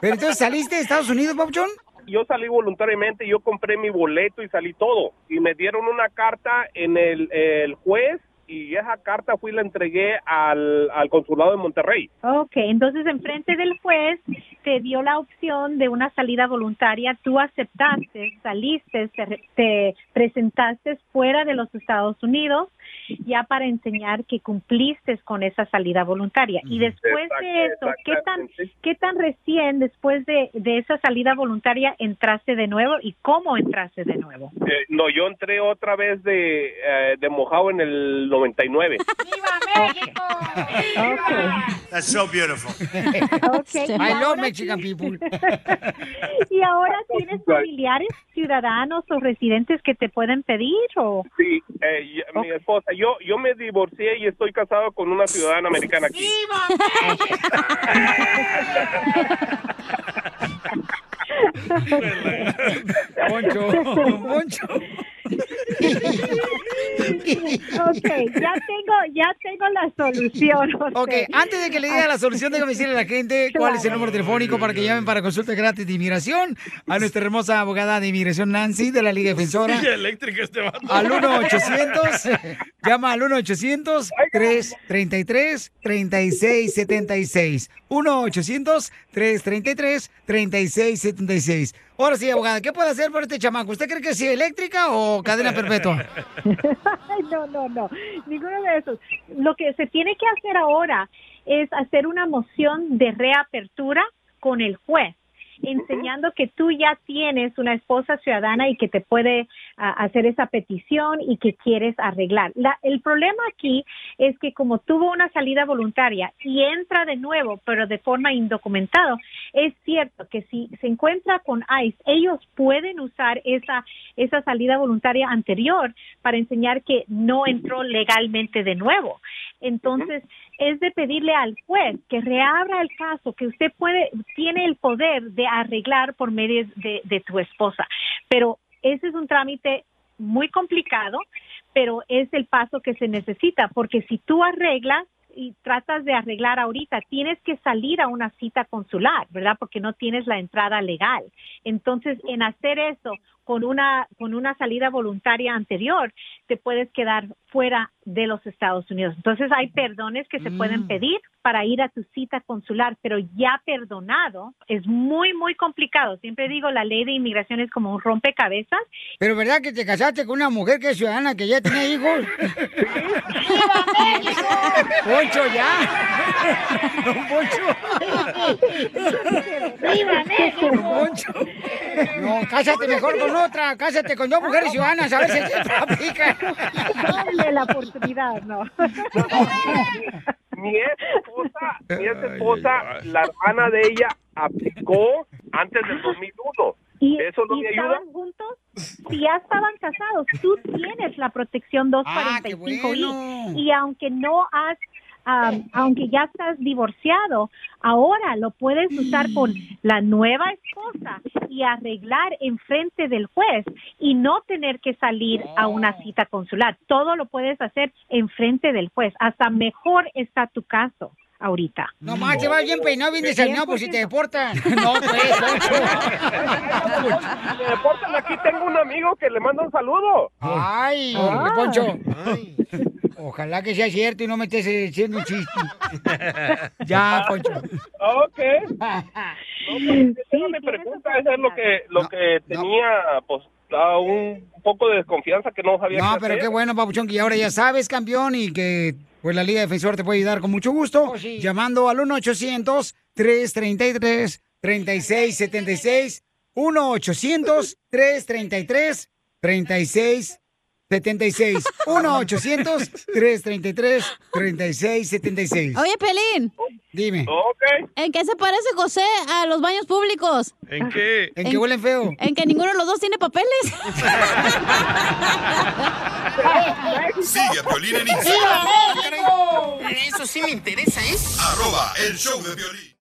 S1: Pero entonces saliste de Estados Unidos, Papuchón.
S30: Yo salí voluntariamente, yo compré mi boleto y salí todo. Y me dieron una carta en el, el juez y esa carta fui y la entregué al, al consulado de Monterrey.
S13: Ok, entonces enfrente del juez te dio la opción de una salida voluntaria, tú aceptaste, saliste, te, re- te presentaste fuera de los Estados Unidos ya para enseñar que cumpliste con esa salida voluntaria. Y después de eso,
S30: Exacto,
S13: ¿qué tan, ¿qué tan recién después de, de esa salida voluntaria entraste de nuevo y cómo entraste de nuevo?
S30: Eh, no, yo entré otra vez de, eh, de mojado en el 99.
S18: That's so beautiful.
S13: Okay,
S18: I
S13: y
S18: love
S13: ahora
S18: Mexican
S13: sí-
S18: people.
S13: ¿Y ahora tienes familiares, ciudadanos o residentes que te pueden pedir o...?
S30: Sí, eh, y- mi esposa, yo, yo me divorcié y estoy casado con una ciudadana americana aquí.
S1: Poncho, Poncho.
S13: ok, ya tengo, ya tengo la solución. José.
S1: Ok, antes de que le diga la solución, déjame decirle a la gente cuál es el número telefónico para que llamen para consulta gratis de inmigración a nuestra hermosa abogada de inmigración Nancy de la Liga Defensora.
S3: Y eléctrica este vato.
S1: Al 1-800, llama al 1-800-333-3676. 1-800-333-3676. Ahora sí, abogada, ¿qué puede hacer por este chamaco? ¿Usted cree que es eléctrica o cadena perpetua?
S13: Ay, no, no, no, ninguno de esos. Lo que se tiene que hacer ahora es hacer una moción de reapertura con el juez, enseñando que tú ya tienes una esposa ciudadana y que te puede ah, hacer esa petición y que quieres arreglar. La- el problema aquí es que como tuvo una salida voluntaria y entra de nuevo, pero de forma indocumentada, es cierto que si se encuentra con ICE, ellos pueden usar esa, esa salida voluntaria anterior para enseñar que no entró legalmente de nuevo. Entonces, es de pedirle al juez que reabra el caso, que usted puede, tiene el poder de arreglar por medio de, de tu esposa. Pero ese es un trámite muy complicado, pero es el paso que se necesita, porque si tú arreglas y tratas de arreglar ahorita, tienes que salir a una cita consular, ¿verdad? Porque no tienes la entrada legal. Entonces, en hacer eso con una con una salida voluntaria anterior, te puedes quedar fuera de los Estados Unidos. Entonces, hay perdones que se pueden pedir para ir a tu cita consular, pero ya perdonado es muy muy complicado. Siempre digo, la ley de inmigración es como un rompecabezas.
S1: Pero ¿verdad que te casaste con una mujer que es ciudadana, que ya tiene hijos? ¡Poncho, ya! ¡Don Poncho!
S9: ¡Viva México!
S1: ¡Don Poncho! No, cásate mejor con otra, cásate con dos mujeres ciudadanas, a ver si te aplica.
S13: Dale la oportunidad, no.
S7: mi esposa, mi esposa, la hermana de ella aplicó antes del 2001.
S13: ¿Y,
S7: ¿Eso no
S13: y
S7: me ayuda?
S13: estaban juntos? Si ya estaban casados, tú tienes la protección
S1: Ah,
S13: 245i.
S9: bueno.
S13: Y aunque no has, am, aunque ya estás divorciado, ahora lo puedes usar con
S1: Mm.
S13: la nueva esposa y arreglar en frente del juez y no tener que salir
S1: Oh.
S13: a una cita consular. Todo lo puedes hacer en frente del juez. Hasta mejor está tu caso ahorita.
S1: No más, se va bien peinado, bien desayunado, por pues, si te deportan. No, pues, Poncho.
S7: Me deportan aquí, tengo un amigo que le manda un saludo.
S1: Ay, hombre, Poncho. Ojalá que sea cierto y no me estés eh, diciendo un chiste. Ya, Poncho.
S7: Ok. Esa era mi pregunta, esa es lo que, lo que tenía, pues, a un poco de desconfianza que no sabía
S1: No,
S7: qué
S1: pero
S7: hacer.
S1: qué bueno, Papuchón, que ya ahora ya sabes, campeón, y que pues la Liga Defensor te puede ayudar con mucho gusto. Llamando al 1-800-333-3676. 1-800-333-3676. 1-800-333-3676.
S2: Oye, Pelín.
S1: Dime.
S2: ¿En qué se parece José a los baños públicos?
S1: ¿En qué? ¿En qué huelen feo?
S2: En que ninguno de los dos tiene papeles.
S5: Sigue a Piolín en
S8: ¡Viva
S5: Instagram.
S8: Eso sí me interesa, ¿es?
S5: Arroba el show de Piolín.